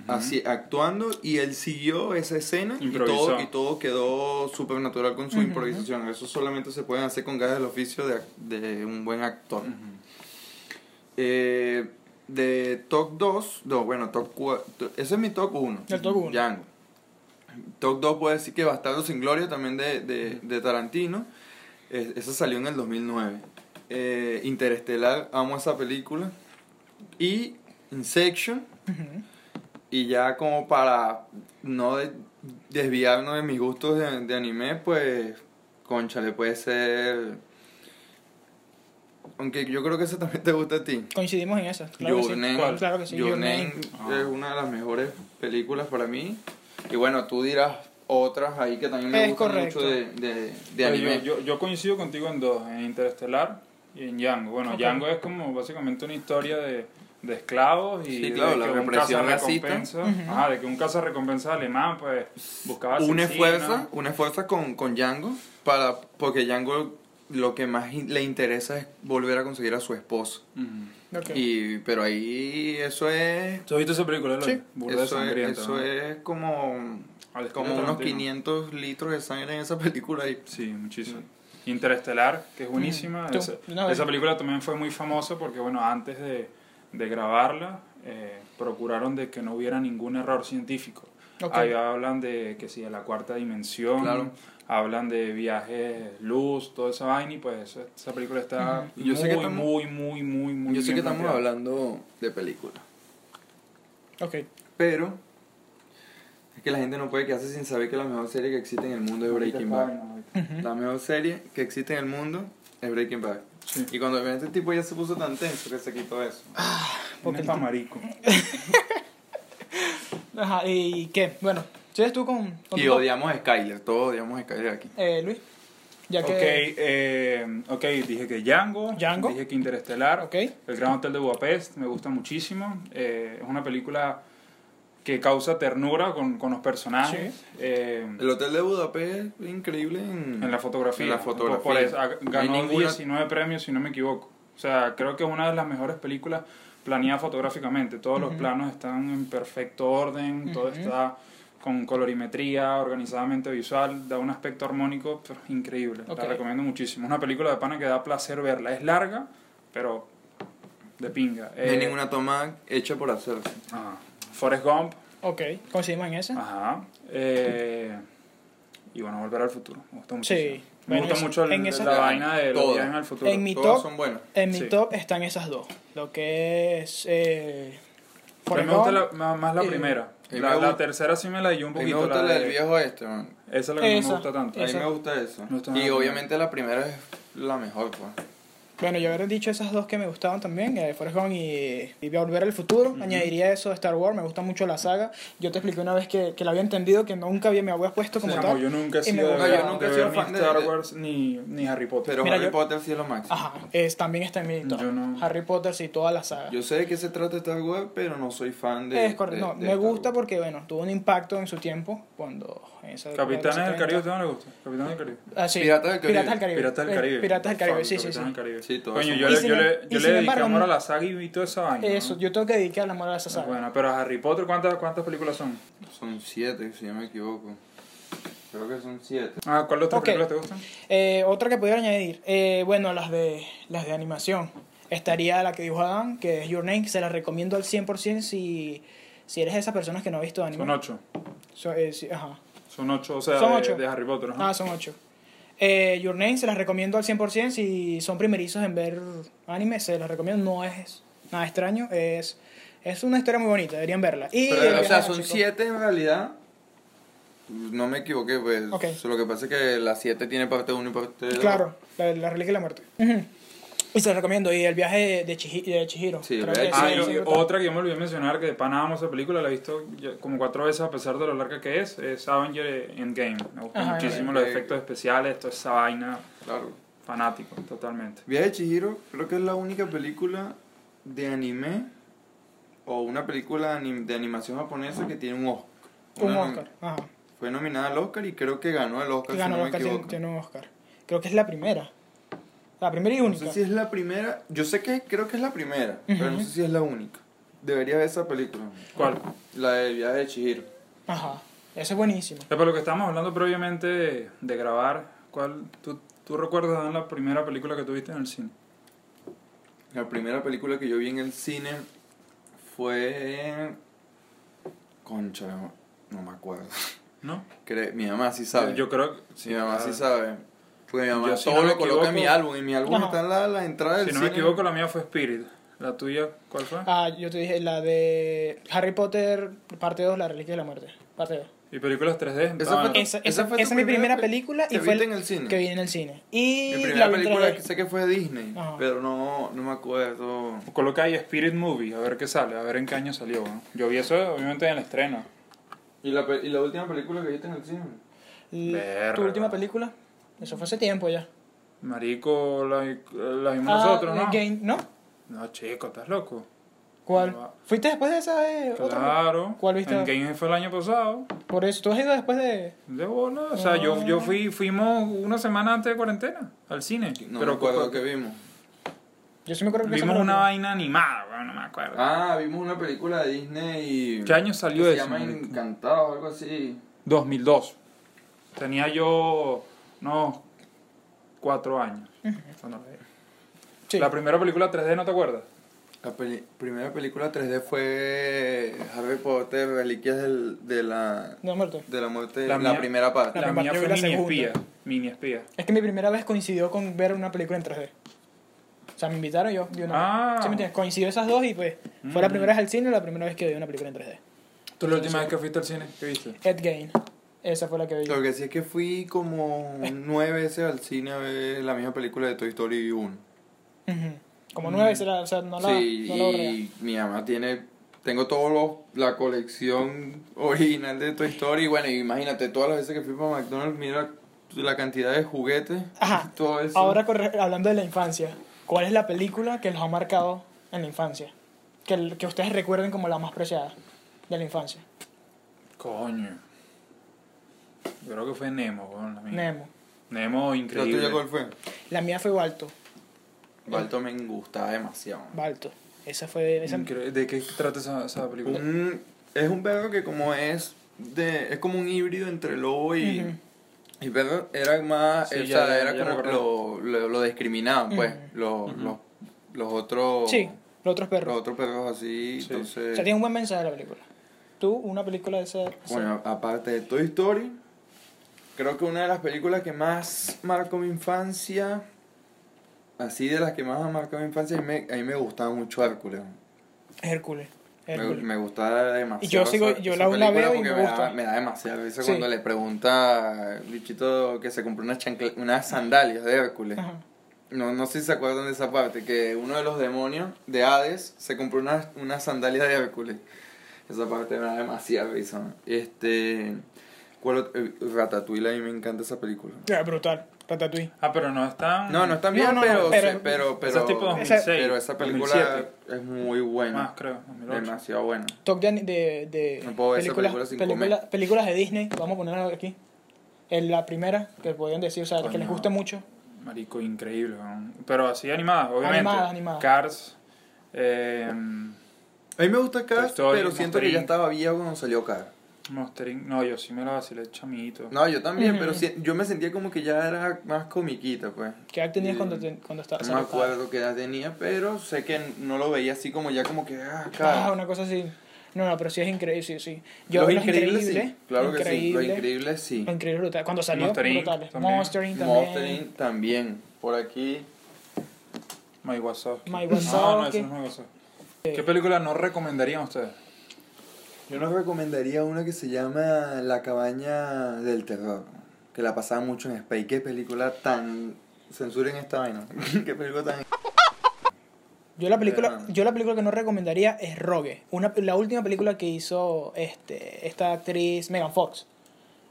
Speaker 3: así actuando y él siguió esa escena y
Speaker 2: Improvisó.
Speaker 3: todo, y todo quedó súper natural con su
Speaker 1: Ujú.
Speaker 3: improvisación. Eso solamente se puede hacer con ganas del oficio de, ac- de un buen actor.
Speaker 2: Ujú.
Speaker 3: Eh, de top 2, no, bueno, top 4, ese es mi top 1.
Speaker 1: El top uno.
Speaker 3: Django. Top 2 puede decir que Bastardo sin Gloria también de, de, de Tarantino. Eh, esa salió en el 2009. Eh, Interestelar, amo esa película. Y Insection.
Speaker 1: Ujú.
Speaker 3: Y ya como para no de- desviarnos de mis gustos de, de anime, pues, concha, le puede ser... Aunque yo creo que ese también te gusta a ti.
Speaker 1: Coincidimos en eso. Claro que
Speaker 3: Your
Speaker 1: sí.
Speaker 3: Name,
Speaker 2: ¿Cuál?
Speaker 1: Claro que sí.
Speaker 3: Your
Speaker 1: Your
Speaker 3: Name
Speaker 1: Name.
Speaker 2: Ah.
Speaker 3: es una de las mejores películas para mí. Y bueno, tú dirás otras ahí que también me
Speaker 1: Es
Speaker 3: gustan
Speaker 1: correcto.
Speaker 3: mucho de, de, de
Speaker 2: Pero
Speaker 3: anime.
Speaker 2: Yo, yo, yo coincido contigo en dos, en Interestelar y en Django. Bueno,
Speaker 1: Ok.
Speaker 2: Django es como básicamente una historia de, de esclavos y
Speaker 3: Sí, claro,
Speaker 2: de
Speaker 3: la
Speaker 2: que un
Speaker 3: represión racista.
Speaker 2: cazarrecompensa, ajá, de que un cazarrecompensa alemán pues buscaba
Speaker 3: Une
Speaker 2: asesinos.
Speaker 3: fuerza, une fuerza con, con Django, para, porque Django lo que más in- le interesa es volver a conseguir a su esposo.
Speaker 2: Ujú.
Speaker 1: Ok.
Speaker 3: Y, pero ahí eso es
Speaker 2: ¿Tú has visto esa película? Eloy?
Speaker 1: Sí.
Speaker 2: Burda de
Speaker 3: Eso, es,
Speaker 2: sangrienta,
Speaker 3: eso
Speaker 2: ¿no?
Speaker 3: es como,
Speaker 2: Al estilo
Speaker 3: como unos
Speaker 2: Tarantino.
Speaker 3: 500 litros de sangre en esa película ahí.
Speaker 2: Sí, muchísimo. Interestelar, que es buenísima.
Speaker 1: Mm, tú,
Speaker 2: Esa,
Speaker 1: de una vez.
Speaker 2: esa película también fue muy famosa porque, bueno, antes de, de grabarla, eh, procuraron de que no hubiera ningún error científico.
Speaker 1: Ok.
Speaker 2: Ahí hablan de que sí, de la cuarta dimensión,
Speaker 3: Claro.
Speaker 2: hablan de viajes, luz, toda esa vaina, y pues esa, esa película está
Speaker 3: Ujú.
Speaker 2: muy,
Speaker 3: Yo sé que estamos-
Speaker 2: muy, muy, muy, muy
Speaker 3: Yo sé
Speaker 2: bien
Speaker 3: que estamos
Speaker 2: planteada.
Speaker 3: hablando de película,
Speaker 1: Ok.
Speaker 3: pero es que la gente no puede quedarse sin saber que la mejor serie que existe en el mundo es Breaking Bad.
Speaker 1: Ujú.
Speaker 3: La mejor serie que existe en el mundo es Breaking Bad.
Speaker 2: Sí.
Speaker 3: Y cuando este tipo ya se puso tan tenso que se quitó eso.
Speaker 1: Porque
Speaker 2: Menta marico.
Speaker 1: Ajá, ¿y qué? Bueno, ¿sigues tú con, con
Speaker 3: Y
Speaker 1: tu top?
Speaker 3: odiamos a Skyler, todos odiamos a Skyler aquí.
Speaker 1: Eh, Luis, ya
Speaker 2: Ok,
Speaker 1: que...
Speaker 2: eh, ok, dije que Django,
Speaker 1: Django.
Speaker 2: dije que Interestelar,
Speaker 1: Ok.
Speaker 2: El Gran Hotel de Budapest me gusta muchísimo. Eh, es una película que causa ternura con, con los personajes. Eh,
Speaker 3: El Hotel de Budapest es increíble en,
Speaker 2: en la fotografía.
Speaker 3: En la fotografía.
Speaker 2: Por eso, ah,
Speaker 3: No hay
Speaker 2: ganó
Speaker 3: ninguna-
Speaker 2: 19 premios, si no me equivoco. O sea, creo que es una de las mejores películas planeadas fotográficamente. Todos los
Speaker 1: Ujú.
Speaker 2: planos están en perfecto orden, todo
Speaker 1: Ujú.
Speaker 2: está con colorimetría, organizadamente visual, da un aspecto armónico pero, increíble.
Speaker 1: Ok.
Speaker 2: La recomiendo muchísimo. Es una película de pana que da placer verla. Es larga, pero de pinga.
Speaker 3: No hay
Speaker 2: Eh,
Speaker 3: ninguna toma hecha por hacerse.
Speaker 2: ajá. Ah, Forrest Gump,
Speaker 1: Ok, coincidimos en
Speaker 3: Ah,
Speaker 1: esa.
Speaker 2: ajá. Eh, y bueno, Volver al Futuro. Me gusta mucho.
Speaker 1: Sí.
Speaker 2: Me
Speaker 1: Bueno,
Speaker 2: gusta
Speaker 1: esa-
Speaker 2: mucho el-
Speaker 1: en esa-
Speaker 2: la vaina de los
Speaker 3: Todo.
Speaker 2: viajes al futuro.
Speaker 1: En mi
Speaker 3: Todas
Speaker 1: top-
Speaker 3: son buenas.
Speaker 1: En mi
Speaker 2: Sí.
Speaker 1: top están esas dos. Lo que es... Eh,
Speaker 2: A mí
Speaker 1: Forrest
Speaker 2: me gusta la-
Speaker 1: Gump,
Speaker 2: ma- más la
Speaker 1: eh,
Speaker 2: primera.
Speaker 3: a mí
Speaker 2: La, la
Speaker 3: me gusta-
Speaker 2: tercera sí me la dio un
Speaker 3: A mí me
Speaker 2: poquito.
Speaker 3: gusta
Speaker 2: la
Speaker 3: la
Speaker 2: de-
Speaker 3: del viejo este, man.
Speaker 2: Esa es la que no
Speaker 1: Esa.
Speaker 2: me gusta tanto.
Speaker 3: A mí
Speaker 1: Esa.
Speaker 3: me gusta eso.
Speaker 2: No está
Speaker 3: Y
Speaker 2: nada
Speaker 3: obviamente la primera es la mejor, pues.
Speaker 1: Bueno, yo habría dicho esas dos que me gustaban también, eh, Forrest Gump y, y Volver al Futuro. Añadiría eso de Star Wars, me gusta mucho la saga. Yo te expliqué una vez que, que la había entendido, que nunca había, me había puesto como
Speaker 2: Chamo,
Speaker 1: tal.
Speaker 2: yo nunca he
Speaker 1: Y me
Speaker 2: sido, de,
Speaker 1: gusta-
Speaker 3: No, yo
Speaker 2: ver-
Speaker 3: nunca he
Speaker 2: de
Speaker 3: sido
Speaker 2: ver
Speaker 3: fan
Speaker 2: ni
Speaker 3: de-
Speaker 2: Star
Speaker 3: de-
Speaker 2: Wars ni, ni Harry Potter.
Speaker 3: Pero
Speaker 1: Mira,
Speaker 3: Harry
Speaker 1: yo-
Speaker 3: Potter sí es lo máximo.
Speaker 1: Ajá, es, también está en mi top.
Speaker 2: Yo no-
Speaker 1: Harry Potter y toda la saga.
Speaker 3: Yo sé de qué se trata Star Wars, pero no soy fan de.
Speaker 1: es correcto, no,
Speaker 3: de- de
Speaker 1: me
Speaker 3: Star
Speaker 1: gusta
Speaker 3: Wars.
Speaker 1: porque, bueno, tuvo un impacto en su tiempo cuando... en esa década de los
Speaker 2: Capitanes del
Speaker 1: 70.
Speaker 2: Caribe, ¿a usted no le gusta? Capitanes del Caribe.
Speaker 1: Ah, sí.
Speaker 3: Piratas del Caribe.
Speaker 1: Piratas del Caribe.
Speaker 2: Piratas del
Speaker 1: Eh,
Speaker 2: Caribe.
Speaker 1: Piratas del Caribe,
Speaker 2: Fan,
Speaker 1: sí, sí,
Speaker 2: Capitanes
Speaker 1: sí.
Speaker 2: del Caribe.
Speaker 3: Sí, todos
Speaker 2: Coño,
Speaker 3: son
Speaker 2: yo
Speaker 1: buenos.
Speaker 2: le,
Speaker 1: Y
Speaker 2: yo
Speaker 1: sin
Speaker 2: le,
Speaker 1: em- y
Speaker 2: yo le
Speaker 1: sin
Speaker 2: dediqué
Speaker 1: embargo,
Speaker 2: amor
Speaker 1: no-
Speaker 2: a la saga y vi toda esa vaina. ¿no? Ah,
Speaker 1: Eso, yo tengo que dedicar amor a esa
Speaker 2: Es
Speaker 1: saga.
Speaker 2: buena, pero Harry Potter, ¿cuántas, ¿cuántas películas son?
Speaker 3: Son siete, si no me equivoco. Creo que son siete.
Speaker 2: Ah, ¿cuál de otras
Speaker 1: Ok.
Speaker 2: películas te gustan?
Speaker 1: Eh, otra que pudiera añadir, eh, bueno, las de, las de animación. Estaría la que dijo Adán, que es Your Name, que se la recomiendo al 100% si, si eres de esas personas que no ha visto anime.
Speaker 2: Son ocho.
Speaker 1: So- eh, sí, ajá.
Speaker 2: Son ocho, o sea,
Speaker 1: Son
Speaker 2: de,
Speaker 1: ocho.
Speaker 2: de Harry Potter. ajá.
Speaker 1: Ah, son ocho. Eh, Your Name se las recomiendo al 100% si son primerizos en ver anime, se las recomiendo. No es nada extraño, es, es una historia muy bonita, deberían verla. Y
Speaker 3: Pero,
Speaker 1: el
Speaker 3: o
Speaker 1: viaje
Speaker 3: sea,
Speaker 1: de
Speaker 3: son
Speaker 1: Hachiko.
Speaker 3: siete en realidad. No me equivoqué, pues.
Speaker 1: Ok.
Speaker 3: Lo que pasa es que la siete tiene parte uno y parte dos.
Speaker 1: Claro, la, la reliquia y la muerte. Ujú. Y se lo recomiendo. Y el viaje de, Chihi- de Chihiro.
Speaker 3: Sí,
Speaker 1: Creo
Speaker 3: el
Speaker 1: que
Speaker 3: viaje
Speaker 2: Ah,
Speaker 1: sí,
Speaker 2: y
Speaker 1: sí, brutal.
Speaker 2: otra que yo me olvidé mencionar, que de pana amo esa película, la he visto ya como cuatro veces a pesar de lo larga que es, es Avenger Endgame. Me gusta
Speaker 1: Ajá,
Speaker 2: muchísimo
Speaker 3: Endgame.
Speaker 2: los efectos especiales, toda esa vaina,
Speaker 3: Claro.
Speaker 2: fanático, totalmente.
Speaker 3: Viaje de Chihiro creo que es la única película de anime o una película anim- de animación japonesa que tiene un Oscar.
Speaker 1: Un
Speaker 3: Una nom-
Speaker 1: Oscar. Ajá.
Speaker 3: Fue nominada al Oscar y creo que ganó el Oscar,
Speaker 1: Que ganó
Speaker 3: si
Speaker 1: el
Speaker 3: no
Speaker 1: Oscar,
Speaker 3: me
Speaker 1: tiene,
Speaker 3: equivoco.
Speaker 1: tiene un Oscar. Creo que es la primera. La primera y
Speaker 3: No
Speaker 1: única.
Speaker 3: sé si es la primera, yo sé que creo que es la primera, pero no
Speaker 1: Ujú.
Speaker 3: sé si es la única. Debería ver esa película,
Speaker 2: ¿Cuál?
Speaker 3: la de Viaje de Chihiro.
Speaker 1: Ajá. Eso es buenísimo.
Speaker 2: Eh, Por lo que estábamos hablando previamente de, de grabar, ¿cuál, tú, ¿tú recuerdas Dan, la primera película que tuviste en el cine?
Speaker 3: La primera película que yo vi en el cine fue... Concha, no- no me acuerdo. <laughs>
Speaker 2: ¿No?
Speaker 3: Cre- Mi mamá sí sabe.
Speaker 2: Yo creo que...
Speaker 3: mi mamá
Speaker 2: claro.
Speaker 3: sí sabe. Porque mi mamá
Speaker 2: Yo, si
Speaker 3: todo
Speaker 2: no me
Speaker 3: lo coloca en mi
Speaker 2: equivoco-
Speaker 3: álbum. Y mi álbum
Speaker 1: Ajá.
Speaker 3: está en la, la entrada del
Speaker 2: Si no
Speaker 3: cine.
Speaker 2: me equivoco, la mía fue Spirit. ¿La tuya cuál fue?
Speaker 1: Ah, yo te dije la de Harry Potter, parte 2, La Reliquia de la Muerte. Parte 2.
Speaker 2: ¿Y películas Ah, 3D?
Speaker 3: Esa fue-
Speaker 2: no.
Speaker 1: Esa,
Speaker 3: ¿Esa
Speaker 1: esa,
Speaker 3: fue
Speaker 1: esa,
Speaker 3: tu
Speaker 1: es mi primera
Speaker 3: primera pe-
Speaker 1: película
Speaker 3: que
Speaker 1: y fue
Speaker 3: viste en el cine?
Speaker 1: que vi en el cine. Y
Speaker 3: Mi
Speaker 1: la
Speaker 3: primera
Speaker 1: vi en
Speaker 3: película
Speaker 1: 3D.
Speaker 3: que sé que fue de Disney.
Speaker 1: Ajá.
Speaker 3: Pero no, no me acuerdo.
Speaker 2: Coloca ahí Spirit Movie, a ver qué sale, a ver en qué año salió. ¿no? Yo vi eso obviamente en el estreno.
Speaker 3: ¿Y la, pe- y la última película que viste en el cine?
Speaker 1: L-
Speaker 2: Verga.
Speaker 1: ¿Tu última película? Eso fue hace tiempo ya.
Speaker 2: Marico, la, la vimos
Speaker 1: Ah,
Speaker 2: nosotros, ¿no?
Speaker 1: Game- ¿no?
Speaker 2: No, chico, estás loco.
Speaker 1: ¿Cuál?
Speaker 2: No.
Speaker 1: ¿Fuiste después de esa? eh, otra?
Speaker 2: Claro.
Speaker 1: ¿Cuál viste?
Speaker 2: En Game fue el año pasado.
Speaker 1: Por eso, ¿tú has ido después de...?
Speaker 2: De bola. O sea, yo, yo fui, fuimos una semana antes de cuarentena al cine.
Speaker 3: No
Speaker 2: pero
Speaker 3: me acuerdo
Speaker 2: co-
Speaker 3: que vimos.
Speaker 1: Yo sí me acuerdo que esa
Speaker 2: vimos
Speaker 1: fue la
Speaker 2: una
Speaker 1: última.
Speaker 2: vaina animada, weón, no me acuerdo.
Speaker 3: Ah, vimos una película de Disney y...
Speaker 2: ¿Qué año salió
Speaker 3: que
Speaker 2: eso,
Speaker 3: Se llama
Speaker 2: marico?
Speaker 3: Encantado o algo así.
Speaker 2: 2002. Tenía yo unos cuatro años. cuando la vi.
Speaker 1: Sí.
Speaker 2: La primera película 3D, ¿no te acuerdas?
Speaker 3: La peli- primera película 3D fue Harry Potter, Reliquias del- de, la,
Speaker 1: No, muerto.
Speaker 3: de la muerte,
Speaker 2: La
Speaker 3: la,
Speaker 2: mía-
Speaker 3: primera parte.
Speaker 2: La,
Speaker 1: primera
Speaker 2: mía fue
Speaker 1: película,
Speaker 2: Mini
Speaker 1: segunda.
Speaker 2: Espía. Mini Espía.
Speaker 1: Es que mi primera vez coincidió con ver una película en 3D. O sea, me invitaron yo de una
Speaker 2: Ah.
Speaker 1: ¿Sí me entiendes? Coincidió esas dos y pues fue la primera vez al cine y la primera vez que vi una película en 3D.
Speaker 2: ¿Tú la última vez que fuiste al cine? ¿Qué viste?
Speaker 1: Ed Gain. Esa fue la que vi.
Speaker 3: Lo que sí es que fui como nueve veces al cine a ver la misma película de Toy Story 1.
Speaker 1: Ujú. Como nueve veces, la- o sea, no la,
Speaker 3: sí,
Speaker 1: no la borré.
Speaker 3: y mi mamá tiene... Tengo todo lo- la colección original de Toy Story. Y bueno, imagínate, todas las veces que fui para McDonald's, mira la cantidad de juguetes.
Speaker 1: Ajá.
Speaker 3: Todo eso.
Speaker 1: Ahora corre- hablando de la infancia, ¿cuál es la película que los ha marcado en la infancia? Que, el- que ustedes recuerden como la más preciada de la infancia.
Speaker 2: Coño. Yo creo que fue Nemo, weón, la mía.
Speaker 1: Nemo.
Speaker 2: Nemo
Speaker 3: ¿La tuya
Speaker 2: increíble.
Speaker 3: cuál fue?
Speaker 1: La mía fue Balto.
Speaker 3: Balto me gustaba demasiado.
Speaker 1: Balto. Esa fue...
Speaker 3: Mm,
Speaker 1: Esa,
Speaker 2: Incre- ¿De qué trata esa, esa película?
Speaker 3: Un- es un perro que como es de es como un híbrido entre lobo y
Speaker 1: Ujú.
Speaker 3: y perro era más
Speaker 2: Sí,
Speaker 3: o
Speaker 2: ya-
Speaker 3: sea, era
Speaker 2: ya
Speaker 3: como
Speaker 2: recuerdo.
Speaker 3: lo, lo, lo discriminaban pues
Speaker 1: Ujú.
Speaker 3: los, los los otros
Speaker 1: sí, los otros
Speaker 3: los
Speaker 1: perros.
Speaker 3: otros perros así
Speaker 2: Sí.
Speaker 1: O
Speaker 3: entonces
Speaker 1: sea, tiene un buen mensaje la película. Tú, una película de esa...
Speaker 3: bueno aparte de Toy Story creo que una de las películas que más marcó mi infancia así de las que más ha marcado mi infancia a mí me, a mí me gustaba mucho Hércules
Speaker 1: Hércules.
Speaker 3: Me,
Speaker 1: Hércules.
Speaker 3: me gusta demasiado.
Speaker 1: Y yo sigo-
Speaker 3: esa-
Speaker 1: yo
Speaker 3: esa
Speaker 1: la- la
Speaker 3: película
Speaker 1: veo y
Speaker 3: porque
Speaker 1: me gusta.
Speaker 3: Da, me da demasiada risa
Speaker 1: Sí.
Speaker 3: cuando le pregunta al bichito que se compró unas, chancla- unas sandalias de Hércules.
Speaker 1: Ajá.
Speaker 3: No, no sé si se acuerdan de esa parte, que uno de los demonios de Hades se compró unas, unas sandalias de Hércules. Esa parte me da demasiada risa. ¿no? Este. ¿Cuál ot- eh, Ratatouille, a mí me encanta esa película.
Speaker 1: Ya, brutal. Ratatouille.
Speaker 2: Ah, pero no es tan...
Speaker 3: No, no está
Speaker 1: No,
Speaker 3: bien,
Speaker 1: no, no,
Speaker 3: pero,
Speaker 1: pero-
Speaker 3: se- pero, pero,
Speaker 2: Esa es tipo
Speaker 1: Esa-
Speaker 2: 2006,
Speaker 3: pero esa película
Speaker 2: 2007.
Speaker 3: es muy buena.
Speaker 2: Más, creo, 2008.
Speaker 3: demasiado buena.
Speaker 1: Top de, de, de
Speaker 3: No puedo ver esa película sin comer.
Speaker 1: películas de Disney, vamos a ponerla aquí. En la primera, que podían decir, o sea, que
Speaker 2: Coño.
Speaker 1: les guste mucho.
Speaker 2: Marico, increíble, weón. Pero así animadas, obviamente.
Speaker 1: Animadas, animadas.
Speaker 2: Cars. Eh,
Speaker 3: A mí me gusta
Speaker 2: Toy
Speaker 3: Cars,
Speaker 2: Story,
Speaker 3: pero siento que
Speaker 2: Monster
Speaker 3: ya
Speaker 2: Inc.
Speaker 3: estaba viejo cuando salió Cars.
Speaker 2: Monster Inc. No, yo sí me la vacilé chamito.
Speaker 3: No, yo también,
Speaker 1: Ujú.
Speaker 3: pero si- yo me sentía como que ya era más comiquita, pues.
Speaker 1: ¿Qué edad tenías
Speaker 3: Y-
Speaker 1: cuando, te- cuando
Speaker 3: No
Speaker 1: estabas
Speaker 3: me acuerdo qué edad tenía, pero sé que no lo veía así como ya como que, ah,
Speaker 1: Ah,
Speaker 3: Cars.
Speaker 1: una cosa así. No, no, pero sí es increíble, sí, sí.
Speaker 3: los
Speaker 1: Los
Speaker 3: increíbles, sí. Claro que sí,
Speaker 1: Increíble,
Speaker 3: los increíbles sí.
Speaker 1: Los Increíbles brutal. Cuando salió,
Speaker 2: Monster Inc.
Speaker 1: brutales.
Speaker 2: también.
Speaker 1: Monster Inc. también.
Speaker 3: Monster Inc. también. Por aquí.
Speaker 2: My Wazowski.
Speaker 1: My
Speaker 2: No, no, eso
Speaker 1: Wazowski. Eh.
Speaker 2: es My Wazowski. ¿Qué película no recomendarían ustedes?
Speaker 3: Yo nos recomendaría una que se llama La cabaña del terror. Que la pasaba mucho en Space. <laughs> Qué película tan. Censuren esta vaina. Qué película tan.
Speaker 1: Yo la película,
Speaker 3: Ajá.
Speaker 1: yo la película que no recomendaría es Rogue, una, la última película que hizo este, esta actriz Megan Fox.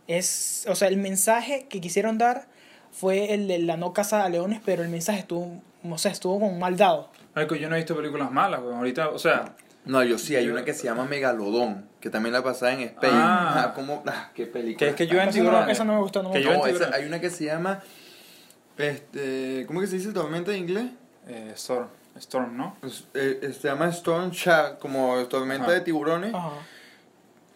Speaker 1: Es, o sea, el mensaje que quisieron dar fue el de la no casa a leones, pero el mensaje estuvo, o sea, estuvo como mal dado.
Speaker 2: Marico, yo no he visto películas malas, weón. Ahorita, o sea,
Speaker 3: No, yo sí, hay una que se llama Megalodón, que también la pasaba en Spain.
Speaker 2: Ah.
Speaker 3: <laughs> Ah, como, ah, qué película.
Speaker 2: que es que yo en
Speaker 1: Esa no, esa no me gustó, no me
Speaker 2: Que yo
Speaker 1: gustó.
Speaker 2: en
Speaker 3: No, esa-
Speaker 2: tiburones.
Speaker 3: hay una que se llama, este, ¿cómo que se dice tormenta en inglés?
Speaker 2: Eh, Storm, Storm, ¿no?
Speaker 3: Pues, eh, eh, se llama Storm Shadow, como tormenta
Speaker 2: Ajá.
Speaker 3: de tiburones.
Speaker 2: Ah.
Speaker 1: Ajá.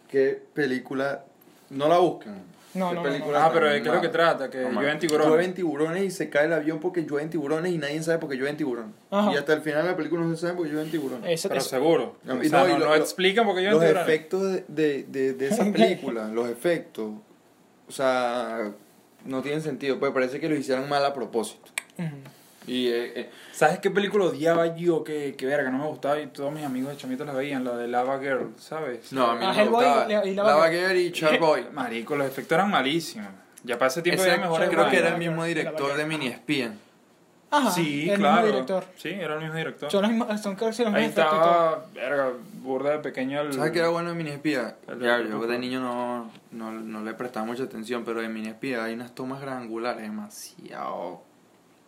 Speaker 3: ¿Qué película? No la buscan.
Speaker 1: No,
Speaker 3: ¿Qué
Speaker 1: no, no,
Speaker 3: película
Speaker 2: Ah, pero
Speaker 3: tan
Speaker 2: ¿de qué es lo que
Speaker 3: mala?
Speaker 2: trata? Que
Speaker 3: No, man.
Speaker 2: llueven tiburones.
Speaker 3: Llueven tiburones y se cae el avión porque llueven tiburones y nadie sabe por qué llueven tiburones.
Speaker 1: Ajá.
Speaker 3: Y hasta el final de la película no se sabe por qué llueven tiburones.
Speaker 1: Esa-
Speaker 2: Pero
Speaker 1: esa-
Speaker 2: seguro.
Speaker 3: No,
Speaker 2: o
Speaker 3: y
Speaker 2: sea,
Speaker 3: no, y
Speaker 2: no,
Speaker 3: lo-
Speaker 2: no
Speaker 3: lo-
Speaker 2: explican porque yo
Speaker 3: los
Speaker 2: tiburones.
Speaker 3: efectos de, de, de,
Speaker 2: <laughs>
Speaker 3: de esa película, los efectos, o sea, no tienen sentido. Pues parece que lo hicieron mal a propósito.
Speaker 1: Ujú.
Speaker 3: Y eh, eh,
Speaker 2: ¿Sabes qué película odiaba yo? Que, que verga, no me gustaba y todos mis amigos de chamitos la veían, la de Lava Girl, ¿sabes?
Speaker 3: no, a mí
Speaker 1: Ah,
Speaker 3: no me
Speaker 1: Hellboy
Speaker 3: gustaba.
Speaker 1: y la- y la-
Speaker 3: Lava
Speaker 2: <laughs>
Speaker 3: Girl y Charboy.
Speaker 2: Marico, los efectos eran malísimos. Ya para ese tiempo
Speaker 3: Ese
Speaker 2: había mejores
Speaker 3: creo que
Speaker 2: vainas.
Speaker 3: era el mismo
Speaker 1: Lava Girl.
Speaker 3: director de Mini Espía.
Speaker 1: Ajá,
Speaker 2: Sí,
Speaker 1: el
Speaker 2: claro.
Speaker 1: mismo director.
Speaker 2: Sí, era el mismo director.
Speaker 1: Son, las mismas- son casi los
Speaker 2: Ahí
Speaker 1: mismos efectos y todo.
Speaker 2: estaba, verga, burda de pequeño el...
Speaker 3: ¿Sabes qué era bueno de Mini Espía?
Speaker 2: El
Speaker 3: Ya,
Speaker 2: de-
Speaker 3: yo de niño no, no, no le prestaba mucha atención, pero en Mini Espía hay unas tomas grangulares demasiado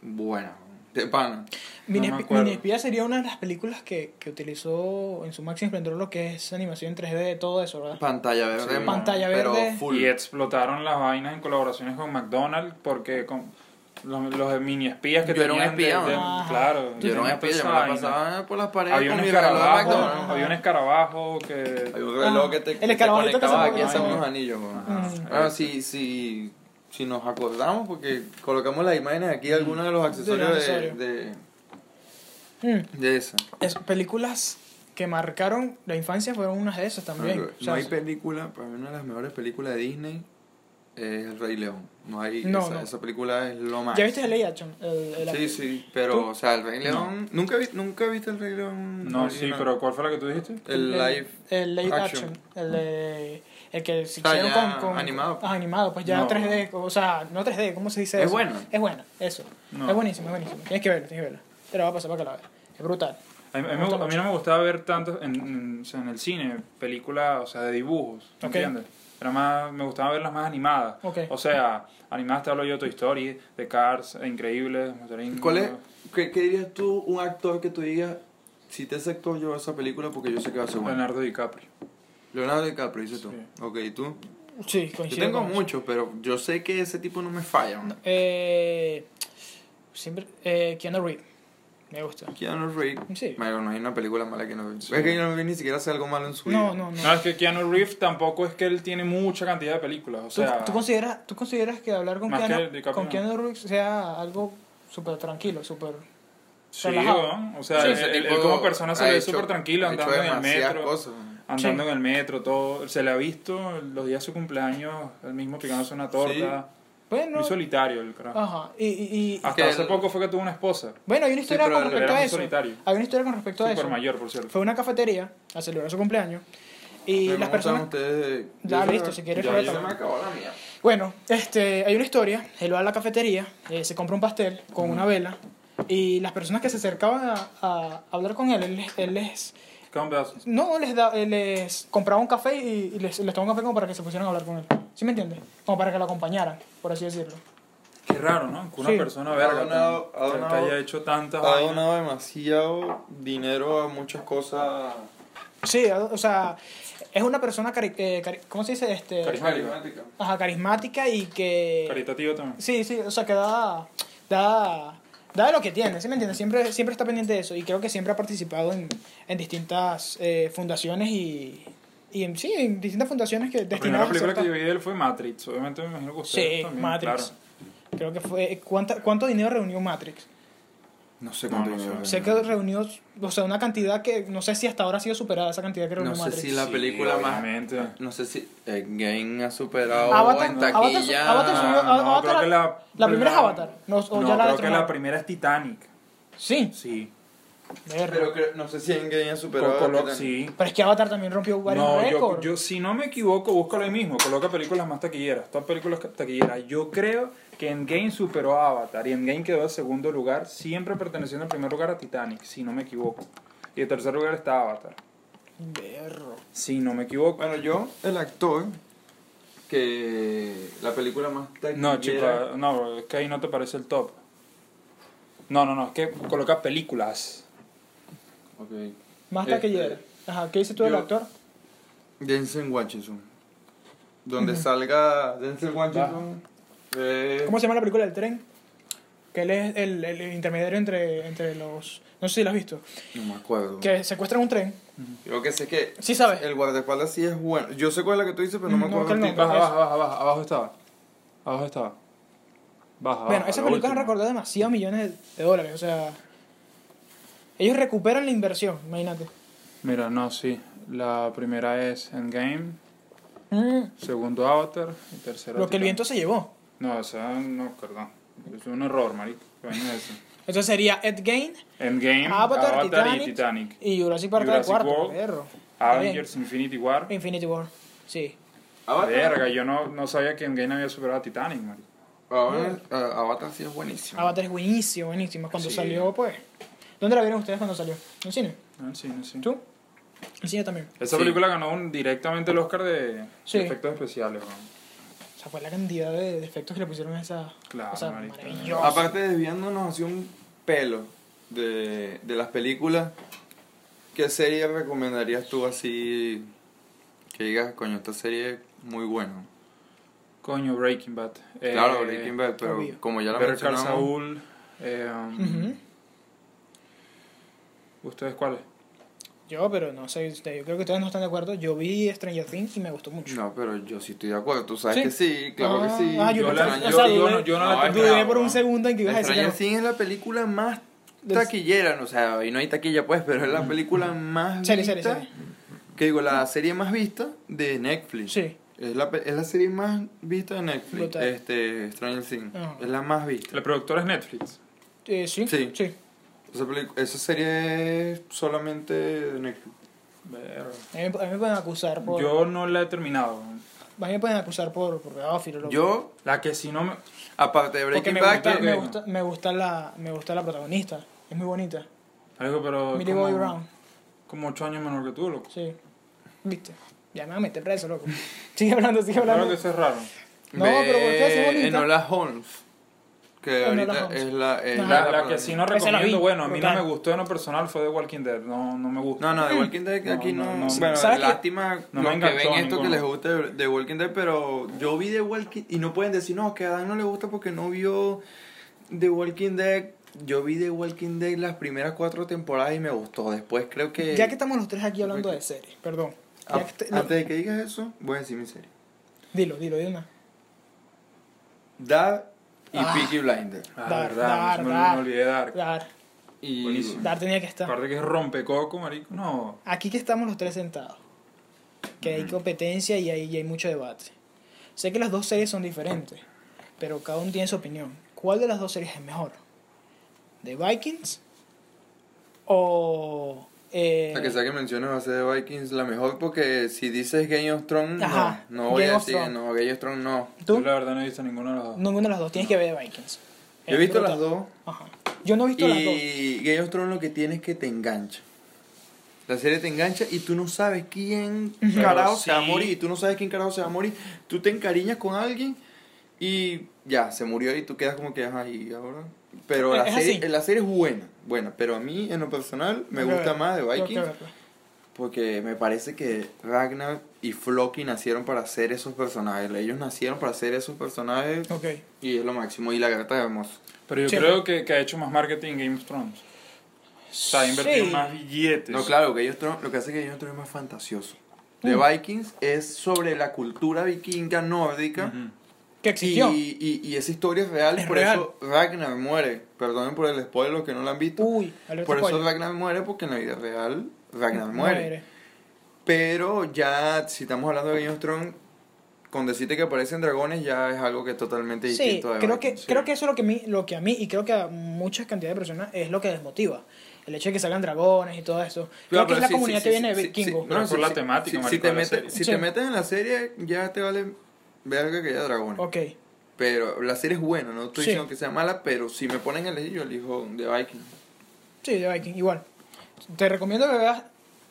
Speaker 3: buenas. De pana.
Speaker 1: Mini,
Speaker 2: No me
Speaker 1: Espi-
Speaker 2: acuerdo.
Speaker 1: Mini Espía sería una de las películas que, que utilizó en su máximo esplendor lo que es animación 3D, todo eso, ¿verdad?
Speaker 3: Pantalla verde.
Speaker 2: Sí.
Speaker 3: mon,
Speaker 1: Pantalla
Speaker 3: pero
Speaker 1: verde.
Speaker 3: full.
Speaker 2: Y explotaron las vainas en colaboraciones con McDonald's porque con los, los mini espías que
Speaker 3: Yo era un
Speaker 2: tenían...
Speaker 3: espía,
Speaker 2: de- de-
Speaker 1: ¿no?
Speaker 2: claro.
Speaker 3: Yo era un
Speaker 2: tenían
Speaker 3: espía, yo
Speaker 2: toda esa
Speaker 3: me la
Speaker 2: vaina.
Speaker 3: pasaba por las paredes
Speaker 2: Había un
Speaker 3: con mi reloj de
Speaker 2: escarabajo,
Speaker 3: McDonald's.
Speaker 2: había un escarabajo que...
Speaker 3: Hay un reloj que te,
Speaker 1: El
Speaker 3: que te
Speaker 1: escarabajito que se Mm.
Speaker 3: conectaba aquí
Speaker 2: pone-
Speaker 3: hacemos
Speaker 2: Ajá.
Speaker 3: unos anillos. mon.
Speaker 2: Ajá.
Speaker 3: Bueno, si, si, si nos acordamos, porque colocamos las imágenes aquí, algunos de los accesorios de,
Speaker 1: Mm. accesorios.
Speaker 3: de,
Speaker 1: Mm.
Speaker 3: de esa.
Speaker 1: Es- películas que marcaron la infancia fueron unas de esas también.
Speaker 3: No,
Speaker 1: O sea,
Speaker 3: no hay película, para mí una de las mejores películas de Disney es El Rey León. No hay,
Speaker 1: No,
Speaker 3: esa,
Speaker 1: no.
Speaker 3: esa película es lo más.
Speaker 1: ¿Ya viste el Ley Action? El- el-
Speaker 3: Sí, sí, pero,
Speaker 1: ¿Tú?
Speaker 3: o sea, El Rey León. ¿Nunca, vi- ¿Nunca viste El Rey León?
Speaker 2: No, sí,
Speaker 3: original?
Speaker 2: pero ¿cuál fue la que tú dijiste?
Speaker 3: El live.
Speaker 1: El Ley
Speaker 3: action.
Speaker 1: Action. El, de- el que se
Speaker 3: Ah,
Speaker 1: hicieron
Speaker 3: ya
Speaker 1: con, con-
Speaker 3: animado.
Speaker 1: Ah, animado, pues ya
Speaker 2: No.
Speaker 1: 3D. O sea, no 3D, ¿cómo se dice
Speaker 3: Es
Speaker 1: eso?
Speaker 3: bueno.
Speaker 1: Es bueno, eso.
Speaker 2: No.
Speaker 1: Es buenísimo, es buenísimo. Tienes que verlo, tienes que verlo. Te lo va a pasar para que la veas. Es brutal.
Speaker 2: A mí, a mí
Speaker 1: Me
Speaker 2: me
Speaker 1: gusta
Speaker 2: gu- a mí no me gustaba ver tanto en, en- o sea, en el cine, películas, o sea, de dibujos, ¿me
Speaker 1: Ok.
Speaker 2: ¿entiendes? Era más, me gustaba verlas más animadas.
Speaker 1: Ok.
Speaker 2: O sea, animadas te hablo yo de Toy Story, de Cars, e de Increíbles, Matarín,
Speaker 3: ¿Cuál es? ¿Qué, qué dirías tú, un actor que tú digas, si te ese actor yo veo esa película porque yo sé que va a ser buena?
Speaker 2: Leonardo DiCaprio.
Speaker 3: Leonardo DiCaprio, dices tú.
Speaker 2: Sí.
Speaker 3: Ok, ¿y tú?
Speaker 1: Sí,
Speaker 3: Yo
Speaker 1: coincido.
Speaker 3: tengo
Speaker 1: con eso.
Speaker 3: muchos, pero yo sé que ese tipo no me falla. ¿no?
Speaker 1: Eh, siempre, eh, Keanu Reeves. Me gusta.
Speaker 3: Keanu Reeves.
Speaker 1: Sí.
Speaker 3: Marico, no hay una película mala que no... Es que Keanu Reeves ni siquiera hace algo malo en su vida.
Speaker 1: No, no, no.
Speaker 2: No, es que Keanu Reeves tampoco es que él tiene mucha cantidad de películas, o
Speaker 1: ¿Tú,
Speaker 2: sea...
Speaker 1: tú consideras, ¿Tú consideras que hablar con
Speaker 2: Más que
Speaker 1: Keanu,
Speaker 2: DiCaprio,
Speaker 1: con
Speaker 2: no.
Speaker 1: Keanu Reeves sea algo súper tranquilo, súper...
Speaker 2: sí,
Speaker 1: relajado?
Speaker 2: ¿no? o sea,
Speaker 1: Sí,
Speaker 2: él,
Speaker 3: ese
Speaker 2: él-
Speaker 3: tipo
Speaker 2: él como persona se
Speaker 3: ha
Speaker 2: ve
Speaker 3: hecho-
Speaker 2: súper tranquilo
Speaker 3: ha hecho
Speaker 2: andando en el
Speaker 3: demasiadas
Speaker 2: metro.
Speaker 3: cosas.
Speaker 2: Andando
Speaker 1: Sí.
Speaker 2: en el metro, todo. Se le ha visto los días de su cumpleaños, él mismo picándose una torta.
Speaker 1: Bueno,
Speaker 2: Muy Ah. solitario el carajo.
Speaker 1: ajá. Y, y, y-
Speaker 2: Hasta
Speaker 3: Que
Speaker 2: hace
Speaker 3: el-
Speaker 2: poco fue que tuvo una esposa.
Speaker 1: bueno, hay una historia
Speaker 3: pero
Speaker 1: con
Speaker 3: él
Speaker 1: respecto
Speaker 2: era
Speaker 1: a
Speaker 2: muy
Speaker 1: eso.
Speaker 2: solitario.
Speaker 1: Hay una historia con respecto a
Speaker 2: Super
Speaker 1: eso.
Speaker 2: mayor, por cierto.
Speaker 1: Fue a una cafetería a celebrar su cumpleaños y
Speaker 3: Me
Speaker 1: las
Speaker 3: gustan
Speaker 1: personas...
Speaker 3: ustedes.
Speaker 1: Ya,
Speaker 3: Yo-
Speaker 1: listo, si quieres,
Speaker 3: ya,
Speaker 1: róbatela.
Speaker 3: se me acabó la mía.
Speaker 1: Bueno, este, hay una historia. Él va a la cafetería, eh, se compra un pastel con una vela y las personas que se acercaban a, a hablar con él, él, les- él les...
Speaker 2: Come back.
Speaker 1: No, les, da, eh, les compraba un café y, y les, les tomaba un café como para que se pusieran a hablar con él. ¿Sí me entiendes? Como para que lo acompañaran, por así decirlo.
Speaker 2: Qué raro, ¿no? Que una
Speaker 1: Sí.
Speaker 2: persona verga
Speaker 3: Ha donado-
Speaker 2: tan-
Speaker 3: ha
Speaker 2: que- que
Speaker 3: donado-
Speaker 2: haya hecho tantas
Speaker 3: Ha
Speaker 2: vainas.
Speaker 3: donado demasiado dinero a muchas cosas.
Speaker 1: Sí, o sea, es una persona, cari- eh, cari- ¿cómo se dice? Este,
Speaker 2: Carismática.
Speaker 1: ajá, carismática y que...
Speaker 2: Caritativo también.
Speaker 1: Sí, sí, o sea, que da, da, da de lo que tiene, ¿sí me entiendes? Siempre, siempre está pendiente de eso y creo que siempre ha participado en, en distintas eh, fundaciones y, y en, sí, en distintas fundaciones que
Speaker 2: La primera
Speaker 1: destinadas a
Speaker 2: película que yo
Speaker 1: ciertas-
Speaker 2: vi de él fue Matrix. Obviamente me imagino que ustedes
Speaker 1: Sí,
Speaker 2: también,
Speaker 1: Matrix.
Speaker 2: claro.
Speaker 1: Creo que fue... eh, ¿cuánta, ¿Cuánto dinero reunió Matrix?
Speaker 3: No sé
Speaker 2: No,
Speaker 3: cuánto
Speaker 2: no sé.
Speaker 3: dinero.
Speaker 1: Sé que reunió, o sea, una cantidad que no sé si hasta ahora ha sido superada esa cantidad que reunió
Speaker 3: No sé
Speaker 1: Matrix.
Speaker 3: si la
Speaker 2: Sí,
Speaker 3: película más.
Speaker 2: obviamente.
Speaker 3: No sé si Game ha superado
Speaker 1: Avatar,
Speaker 3: en
Speaker 1: Avatar-
Speaker 3: taquilla.
Speaker 1: Avatar subió-
Speaker 2: Ah, no,
Speaker 1: Avatar-
Speaker 2: creo que la-
Speaker 1: la primera es Avatar, no, o ya
Speaker 2: No,
Speaker 1: la
Speaker 2: creo que
Speaker 1: destronaron.
Speaker 2: la primera es Titanic.
Speaker 1: Sí.
Speaker 2: Sí.
Speaker 1: Verga.
Speaker 3: Pero creo- no sé si Endgame ha superado. a
Speaker 2: Colo-
Speaker 3: Titanic.
Speaker 2: sí.
Speaker 1: Pero es que Avatar también rompió varios
Speaker 2: No, yo,
Speaker 1: récords.
Speaker 2: yo si no me equivoco, búscalo ahí mismo, coloca películas más taquilleras, top películas ca- taquilleras. Yo creo que Endgame superó a Avatar y Endgame quedó en segundo lugar, siempre perteneciendo en primer lugar a Titanic, si no me equivoco. Y en tercer lugar está Avatar,
Speaker 1: Berro.
Speaker 2: si no me equivoco.
Speaker 3: Bueno, yo, el actor, que la película más
Speaker 2: No,
Speaker 3: taquillera-
Speaker 2: chica, Eh, no, es que ahí no te parece el top. No, no, no, es que coloca películas.
Speaker 3: Ok.
Speaker 1: Más
Speaker 3: Este-
Speaker 1: taquillera. Ajá, ¿qué dices tú del
Speaker 3: yo-
Speaker 1: actor?
Speaker 3: Denzel Washington. Donde salga Denzel Washington. eh,
Speaker 1: ¿Cómo se llama la película del tren? Que él es el, el intermediario entre, entre los... No sé si lo has visto.
Speaker 3: No me acuerdo.
Speaker 1: Que secuestran un tren.
Speaker 3: Yo que sé que
Speaker 1: Sí sabes.
Speaker 3: el guardaespaldas sí es bueno. Yo sé cuál es la que tú dices, pero no me
Speaker 1: No,
Speaker 3: acuerdo.
Speaker 1: que
Speaker 3: el
Speaker 1: no.
Speaker 3: tipo.
Speaker 2: Baja,
Speaker 1: Eso.
Speaker 2: baja, baja, baja, abajo estaba. Abajo estaba.
Speaker 3: Ah,
Speaker 2: Baja,
Speaker 1: bueno,
Speaker 2: baja,
Speaker 1: esa
Speaker 2: la
Speaker 1: película
Speaker 2: última.
Speaker 1: recordó demasiados millones de dólares. O sea... Ellos recuperan la inversión, imagínate.
Speaker 2: Mira, no, sí. La primera es Endgame,
Speaker 1: Mm,
Speaker 2: segundo Avatar y tercero.
Speaker 1: lo que el
Speaker 2: Titanic.
Speaker 1: viento se llevó.
Speaker 2: No, o sea, no, perdón. Es un error, marico. ¿Qué vaina es eso?
Speaker 1: Entonces sería Ed Gain
Speaker 2: Endgame,
Speaker 1: Avatar,
Speaker 2: Avatar,
Speaker 1: Ah, pues Titanic.
Speaker 2: y Titanic.
Speaker 1: y Jurassic Park era el
Speaker 2: Jurassic
Speaker 1: cuarto.
Speaker 2: World.
Speaker 1: Perro.
Speaker 2: Avengers, Infinity War.
Speaker 1: Infinity War. Sí.
Speaker 3: Avatar.
Speaker 2: Verga, yo no, no sabía que Endgame había superado a Titanic, marico.
Speaker 3: Avatar, ah, Avatar sí es buenísimo.
Speaker 1: Avatar es buenísimo, buenísimo. Cuando
Speaker 2: Sí.
Speaker 1: salió, pues. ¿Dónde la vieron ustedes cuando salió? ¿En cine?
Speaker 2: Ah, sí, no sé.
Speaker 1: ¿Tú? En cine también.
Speaker 2: Esa
Speaker 3: Sí.
Speaker 2: película ganó un- directamente el Oscar de,
Speaker 1: Sí.
Speaker 2: de efectos especiales, weón.
Speaker 1: O sea, fue la cantidad de defectos que le pusieron a esa.
Speaker 2: Claro,
Speaker 1: o sea,
Speaker 2: marica.
Speaker 1: maravilloso.
Speaker 3: Aparte, desviándonos hacia un pelo de, de las películas, ¿qué serie recomendarías tú así? Que digas, coño, esta serie es muy buena.
Speaker 2: Coño, Breaking Bad. Eh,
Speaker 3: claro, Breaking Bad, pero
Speaker 1: obvio.
Speaker 3: como ya la
Speaker 2: Better Call
Speaker 3: mencionamos,
Speaker 2: Saul. eh, um,
Speaker 1: Ujú.
Speaker 2: ¿Ustedes cuáles?
Speaker 1: Yo, pero no sé, usted- yo creo que ustedes no están de acuerdo. Yo vi Stranger Things y me gustó mucho.
Speaker 3: No, pero yo sí estoy de acuerdo. Tú sabes
Speaker 1: ¿Sí?
Speaker 3: que sí, claro
Speaker 1: Ah,
Speaker 3: que sí.
Speaker 1: ah, yo
Speaker 2: Yo
Speaker 1: no-
Speaker 2: la-
Speaker 1: o
Speaker 2: yo-
Speaker 1: sea,
Speaker 2: yo
Speaker 1: dudé-
Speaker 2: no- yo no la
Speaker 3: es
Speaker 2: tengo.
Speaker 1: dudé
Speaker 3: claro,
Speaker 1: por un
Speaker 3: ¿no?
Speaker 1: segundo en que ibas a decir. que
Speaker 3: Stranger
Speaker 1: no.
Speaker 3: Things es la película más
Speaker 1: Del-
Speaker 3: taquillera, no, o sea, hoy no hay taquilla pues, pero es la película más
Speaker 1: Mm. Serie,
Speaker 3: vista.
Speaker 1: serie, serie.
Speaker 3: Que digo, la serie más vista de Netflix.
Speaker 1: Sí.
Speaker 3: Es la, pe- es la serie más vista de Netflix,
Speaker 1: Brutal.
Speaker 3: este Stranger Things.
Speaker 1: Ajá.
Speaker 3: Es la más vista.
Speaker 2: La productora es Netflix.
Speaker 1: Eh, sí, sí.
Speaker 3: Sí. Esa, pelic- esa serie es solamente de Netflix.
Speaker 2: Verga.
Speaker 1: A mí, a mí me pueden acusar por.
Speaker 2: Yo no la he terminado.
Speaker 1: A mí me pueden acusar por, por pedófilo. loco.
Speaker 3: Yo,
Speaker 2: La que si no me...
Speaker 3: aparte de
Speaker 1: Porque
Speaker 3: Breaking
Speaker 1: me
Speaker 3: Bad,
Speaker 1: gusta,
Speaker 3: que-
Speaker 1: me, gusta, me, gusta la, me gusta la protagonista. Es muy bonita.
Speaker 2: Algo,
Speaker 3: Oh,
Speaker 2: pero...
Speaker 1: Millie
Speaker 2: como-
Speaker 1: Bobby Brown.
Speaker 2: Como ocho años menor que tú, loco.
Speaker 1: Sí. ¿Viste? Ya me van a meter preso, loco. <laughs> Sigue hablando, sigue hablando.
Speaker 2: Claro que eso es raro.
Speaker 1: No, pero ¿por qué así
Speaker 3: ve
Speaker 1: bonita?
Speaker 3: Enola Holmes. Que
Speaker 1: Enola
Speaker 3: ahorita
Speaker 1: Holmes.
Speaker 3: es la. es
Speaker 1: Ajá.
Speaker 2: La,
Speaker 1: Ah,
Speaker 2: la que sí no
Speaker 1: Esa la
Speaker 2: recomiendo,
Speaker 1: vi,
Speaker 2: bueno, a mí no
Speaker 1: brutal.
Speaker 2: me gustó en lo personal fue The Walking Dead. No, no me gusta.
Speaker 3: No, no, The Walking Dead que
Speaker 2: No,
Speaker 3: aquí no.
Speaker 2: no, no.
Speaker 3: bueno,
Speaker 1: Mm. ¿Sabes qué?
Speaker 3: lástima
Speaker 2: No me
Speaker 3: los que
Speaker 2: enganchó
Speaker 3: ven esto que
Speaker 2: ninguno.
Speaker 3: les gusta de The Walking Dead, pero yo vi The Walking y no pueden decir, no, que a Dan no le gusta porque no vio The Walking Dead. Yo vi The Walking Dead las primeras cuatro temporadas y me gustó. Después creo que.
Speaker 1: Ya que estamos los tres aquí hablando de series, perdón.
Speaker 3: a-
Speaker 1: Ya que te-
Speaker 3: Ah, antes de que digas eso, voy a decir mi serie:
Speaker 1: Dilo, dilo, dilo una.
Speaker 3: Dad y
Speaker 1: Ah.
Speaker 3: Peaky Blinder.
Speaker 2: Ah,
Speaker 1: Dark,
Speaker 2: verdad,
Speaker 1: Dark,
Speaker 2: me,
Speaker 1: Dark.
Speaker 2: me olvidé de Dark.
Speaker 1: Dar.
Speaker 3: Y.
Speaker 2: Buenísimo.
Speaker 1: Dar tenía que estar.
Speaker 2: Aparte que es rompecoco, marico. No.
Speaker 1: Aquí que estamos los tres sentados. Que hay competencia y hay, y hay mucho debate. Sé que las dos series son diferentes, pero cada uno tiene su opinión. ¿Cuál de las dos series es mejor? ¿The Vikings? ¿O... eh,
Speaker 3: La que sea que menciones va a ser de Vikings la mejor porque si dices Game of Thrones,
Speaker 1: Ajá,
Speaker 3: no, no voy
Speaker 1: Game
Speaker 3: a
Speaker 1: of
Speaker 3: decir,
Speaker 1: Thrones.
Speaker 3: no, Game of Thrones no.
Speaker 1: ¿Tú?
Speaker 2: Yo la verdad no he visto ninguna de las dos.
Speaker 1: Ninguna de las dos. Tienes que ver The Vikings.
Speaker 3: Yo he
Speaker 1: Es
Speaker 3: visto
Speaker 1: brutal.
Speaker 3: las dos.
Speaker 1: Ajá. Yo no he visto las dos.
Speaker 3: Y Game of Thrones lo que tiene es que te engancha. La serie te engancha y tú no sabes quién
Speaker 1: Ujú.
Speaker 3: carajo
Speaker 2: Pero
Speaker 3: se va a
Speaker 2: sí.
Speaker 3: morir. Tú no sabes quién carajo se va a morir. Tú te encariñas con alguien y ya, se murió y tú quedas como que, ajá, y ahora. Pero
Speaker 1: Es-
Speaker 3: la
Speaker 1: es
Speaker 3: serie,
Speaker 1: así.
Speaker 3: la serie es buena, buena. Pero a mí, en lo personal, me
Speaker 1: Tengo que
Speaker 3: gusta
Speaker 1: ver.
Speaker 3: más de
Speaker 1: Tengo que
Speaker 3: Vikings
Speaker 1: verla.
Speaker 3: porque me parece que Ragnar y Floki nacieron para ser esos personajes. Ellos nacieron para ser esos personajes
Speaker 1: Ok.
Speaker 3: y es lo máximo. Y la gata es hermosa.
Speaker 2: Pero yo
Speaker 1: Sí.
Speaker 2: creo que, que ha hecho más marketing Game of Thrones. O sea, ha invertido
Speaker 1: Sí.
Speaker 2: más billetes.
Speaker 3: No, claro, que ellos tro- lo que hace que ellos es más fantasioso. The
Speaker 1: Mm.
Speaker 3: Vikings es sobre la cultura vikinga nórdica
Speaker 2: Ujú.
Speaker 1: Que
Speaker 3: y,
Speaker 1: existió.
Speaker 3: y, y esa historia es real,
Speaker 1: Es
Speaker 3: por
Speaker 1: real.
Speaker 3: eso Ragnar muere. Perdonen por el spoiler los que no lo han visto.
Speaker 1: Uy, alerta
Speaker 3: por eso
Speaker 1: spoiler.
Speaker 3: Ragnar muere, porque en la vida real Ragnar muere. Pero ya, si estamos hablando de Game of Thrones, con decirte que aparecen dragones ya es algo que es totalmente
Speaker 1: Sí,
Speaker 3: distinto de
Speaker 1: creo
Speaker 3: Vikings.
Speaker 1: que, creo que eso es lo que, a mí, lo que a mí y creo que a muchas cantidades de personas es lo que desmotiva. El hecho de que salgan dragones y todo eso. Creo que es la comunidad que viene de Vikingo.
Speaker 2: no, por la temática,
Speaker 3: Si,
Speaker 2: marico,
Speaker 3: te
Speaker 2: de la
Speaker 3: metes,
Speaker 2: serie.
Speaker 3: si
Speaker 1: Sí.
Speaker 3: te metes en la serie, ya te vale verga que haya dragones.
Speaker 1: Ok.
Speaker 3: Pero la serie es buena, no estoy
Speaker 1: Sí.
Speaker 3: diciendo que sea mala, pero si me ponen a elegir, yo elijo The Viking.
Speaker 1: Sí, de Viking, igual. Te recomiendo que veas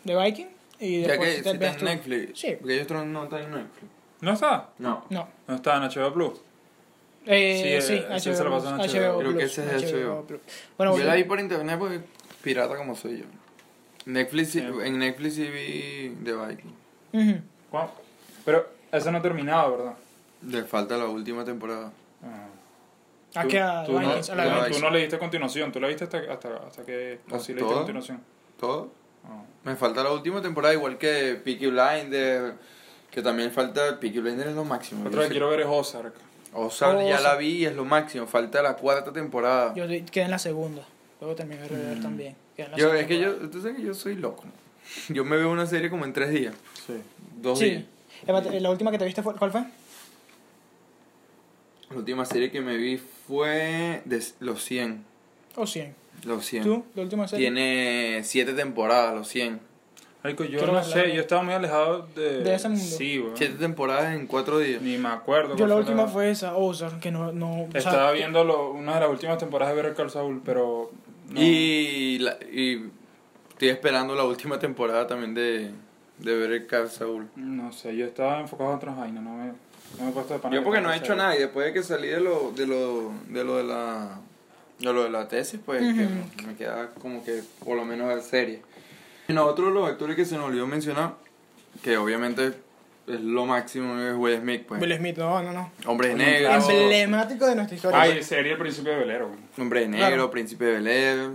Speaker 1: de Viking y
Speaker 3: Ya
Speaker 1: después
Speaker 3: que si
Speaker 1: te
Speaker 3: está
Speaker 1: veas
Speaker 3: en
Speaker 1: tú.
Speaker 3: Netflix.
Speaker 1: Sí.
Speaker 3: Porque ellos no están en Netflix.
Speaker 2: ¿No está?
Speaker 3: No.
Speaker 1: No.
Speaker 2: No está en HBO Plus.
Speaker 1: Eh,
Speaker 2: Sí,
Speaker 1: sí,
Speaker 2: eh, sí, se lo pasó en
Speaker 1: HBO,
Speaker 2: HBO.
Speaker 1: Plus,
Speaker 3: Creo que ese es
Speaker 1: HBO
Speaker 3: HBO.
Speaker 1: Plus. Bueno,
Speaker 3: yo
Speaker 1: volviendo-
Speaker 3: la vi por internet porque pirata como soy yo. Netflix, sí-
Speaker 2: Sí.
Speaker 3: En Netflix sí vi The Viking.
Speaker 1: Ujú.
Speaker 2: Guau. Pero eso no ha terminado, ¿verdad?
Speaker 3: Le falta la última temporada.
Speaker 2: Ah.
Speaker 1: ¿A
Speaker 2: Tú-
Speaker 1: qué? A
Speaker 2: tú, no,
Speaker 1: Vikings, a la
Speaker 2: tú no-
Speaker 1: Vikings.
Speaker 2: tú no le diste continuación, tú la viste hasta, hasta, hasta que...
Speaker 3: ¿Hasta
Speaker 2: o sí le diste
Speaker 3: toda?
Speaker 2: continuación.
Speaker 3: ¿Todo?
Speaker 2: Ah.
Speaker 3: Me falta la última temporada, igual que Peaky Blinders. Que también falta. Peaky Blinders es lo máximo.
Speaker 2: Otra que
Speaker 3: Yo sé-
Speaker 2: quiero ver es Ozark.
Speaker 3: Ozark ya
Speaker 1: Oh, Ozark.
Speaker 3: la vi y es lo máximo. Falta la cuarta temporada. Yo,
Speaker 1: Yo de- quedé en la segunda. Luego terminé de ver también. Quedé en la
Speaker 3: es
Speaker 1: segunda.
Speaker 3: que Mm. yo. Tú sabes que yo soy loco. Yo me veo una serie como en tres días.
Speaker 2: Sí.
Speaker 3: Dos días.
Speaker 1: Sí. Espérate, La última que te viste fue. ¿Cuál fue?
Speaker 3: La última serie que me vi fue. de Los 100.
Speaker 1: O 100.
Speaker 3: Los 100.
Speaker 1: ¿Tú? ¿La última serie?
Speaker 3: Tiene siete temporadas, los 100.
Speaker 2: Marico, yo
Speaker 1: Quiero
Speaker 2: no
Speaker 1: verla,
Speaker 2: sé,
Speaker 1: ¿no?
Speaker 2: yo estaba muy alejado de...
Speaker 1: De ese mundo.
Speaker 2: Sí, weón.
Speaker 3: Siete temporadas en cuatro días.
Speaker 2: Ni me acuerdo.
Speaker 1: Yo
Speaker 2: cuál
Speaker 1: la
Speaker 2: fue
Speaker 1: última fue esa, Ozark, que no. no o sea,
Speaker 2: Estaba viendo lo- una de las últimas temporadas de Better Call Saul, pero... no.
Speaker 3: Y, la- y estoy esperando la última temporada también de, de ver el Carl Saúl.
Speaker 2: No sé, yo estaba enfocado en otras vainas, no me, no me he puesto de pana
Speaker 3: Yo
Speaker 2: que
Speaker 3: porque
Speaker 2: tengo
Speaker 3: no he
Speaker 2: que
Speaker 3: hecho
Speaker 2: hacer.
Speaker 3: nada y después de que salí de lo de, lo, de, lo de la... De lo de la tesis, pues que
Speaker 1: Ujú.
Speaker 3: me queda como que por lo menos ver serie. Y nosotros los actores que se nos olvidó mencionar, que obviamente es lo máximo, es Will Smith, pues.
Speaker 1: Will Smith, no, no, no.
Speaker 3: Hombres
Speaker 2: Coño,
Speaker 3: negros.
Speaker 2: claro.
Speaker 1: Emblemático de nuestra historia. pues.
Speaker 2: Ay, sería el principio de Velero, güey.
Speaker 3: Hombre de Negro,
Speaker 1: Claro.
Speaker 3: Príncipe de Bel Air.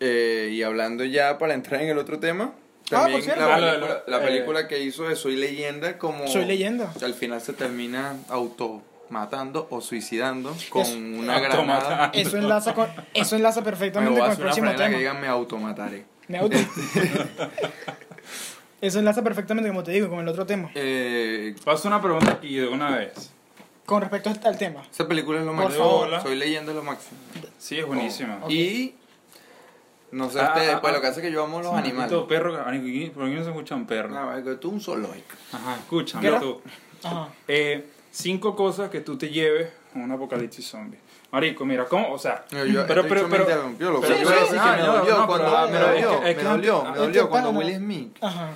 Speaker 3: Eh, y hablando ya para entrar en el otro tema,
Speaker 1: Ah,
Speaker 3: también
Speaker 1: por cierto.
Speaker 3: la,
Speaker 2: Ah, lo de
Speaker 3: película,
Speaker 2: lo-
Speaker 3: la
Speaker 2: eh.
Speaker 3: película que hizo de Soy Leyenda, como.
Speaker 1: Soy leyenda.
Speaker 3: Al final se termina automatando o suicidando con
Speaker 1: Eso.
Speaker 3: una granada.
Speaker 2: Automatando.
Speaker 1: Eso enlaza, con, eso enlaza
Speaker 3: Me
Speaker 1: perfectamente
Speaker 3: voy a
Speaker 1: con el
Speaker 3: hacer una
Speaker 1: próximo
Speaker 3: franela que
Speaker 1: tema.
Speaker 3: diga me automataré.
Speaker 1: Me auto.
Speaker 3: <laughs>
Speaker 1: eso enlaza perfectamente, como te digo, con el otro tema.
Speaker 3: Eh,
Speaker 2: Paso una pregunta aquí de una vez.
Speaker 1: Con respecto al- al tema.
Speaker 3: esa película es lo
Speaker 1: Por
Speaker 3: máximo.
Speaker 2: favor.
Speaker 3: Soy Leyenda es lo máximo.
Speaker 2: Sí,
Speaker 3: Oh.
Speaker 2: es buenísima.
Speaker 1: Ok.
Speaker 3: Y. No sé
Speaker 2: Ah,
Speaker 3: ustedes,
Speaker 2: ah,
Speaker 3: pues
Speaker 2: ah.
Speaker 3: lo que hace es que yo amo los
Speaker 2: Maldito
Speaker 3: animales.
Speaker 2: perro, que- marico, ¿por qué no se escuchan perros?
Speaker 3: No, marico, tú un zoológico.
Speaker 2: Ajá, escúchame
Speaker 1: Guerra.
Speaker 2: tú.
Speaker 1: Ajá.
Speaker 2: Eh, cinco cosas que tú te lleves a un apocalipsis zombie. Marico, mira, ¿cómo, o sea,
Speaker 3: No, yo,
Speaker 2: pero, pero,
Speaker 3: este bicho me
Speaker 2: pero,
Speaker 3: interrumpió, lo
Speaker 2: pero-
Speaker 3: que yo iba a decir
Speaker 2: ah,
Speaker 3: que me
Speaker 2: no,
Speaker 3: dolió
Speaker 2: no,
Speaker 3: cuando,
Speaker 2: pero-
Speaker 3: me
Speaker 2: pero-
Speaker 3: dolió,
Speaker 2: es que- es que
Speaker 3: me
Speaker 2: antes-
Speaker 3: dolió, me
Speaker 2: antes-
Speaker 3: dolió cuando
Speaker 1: pana-
Speaker 3: Will Smith
Speaker 1: Ajá.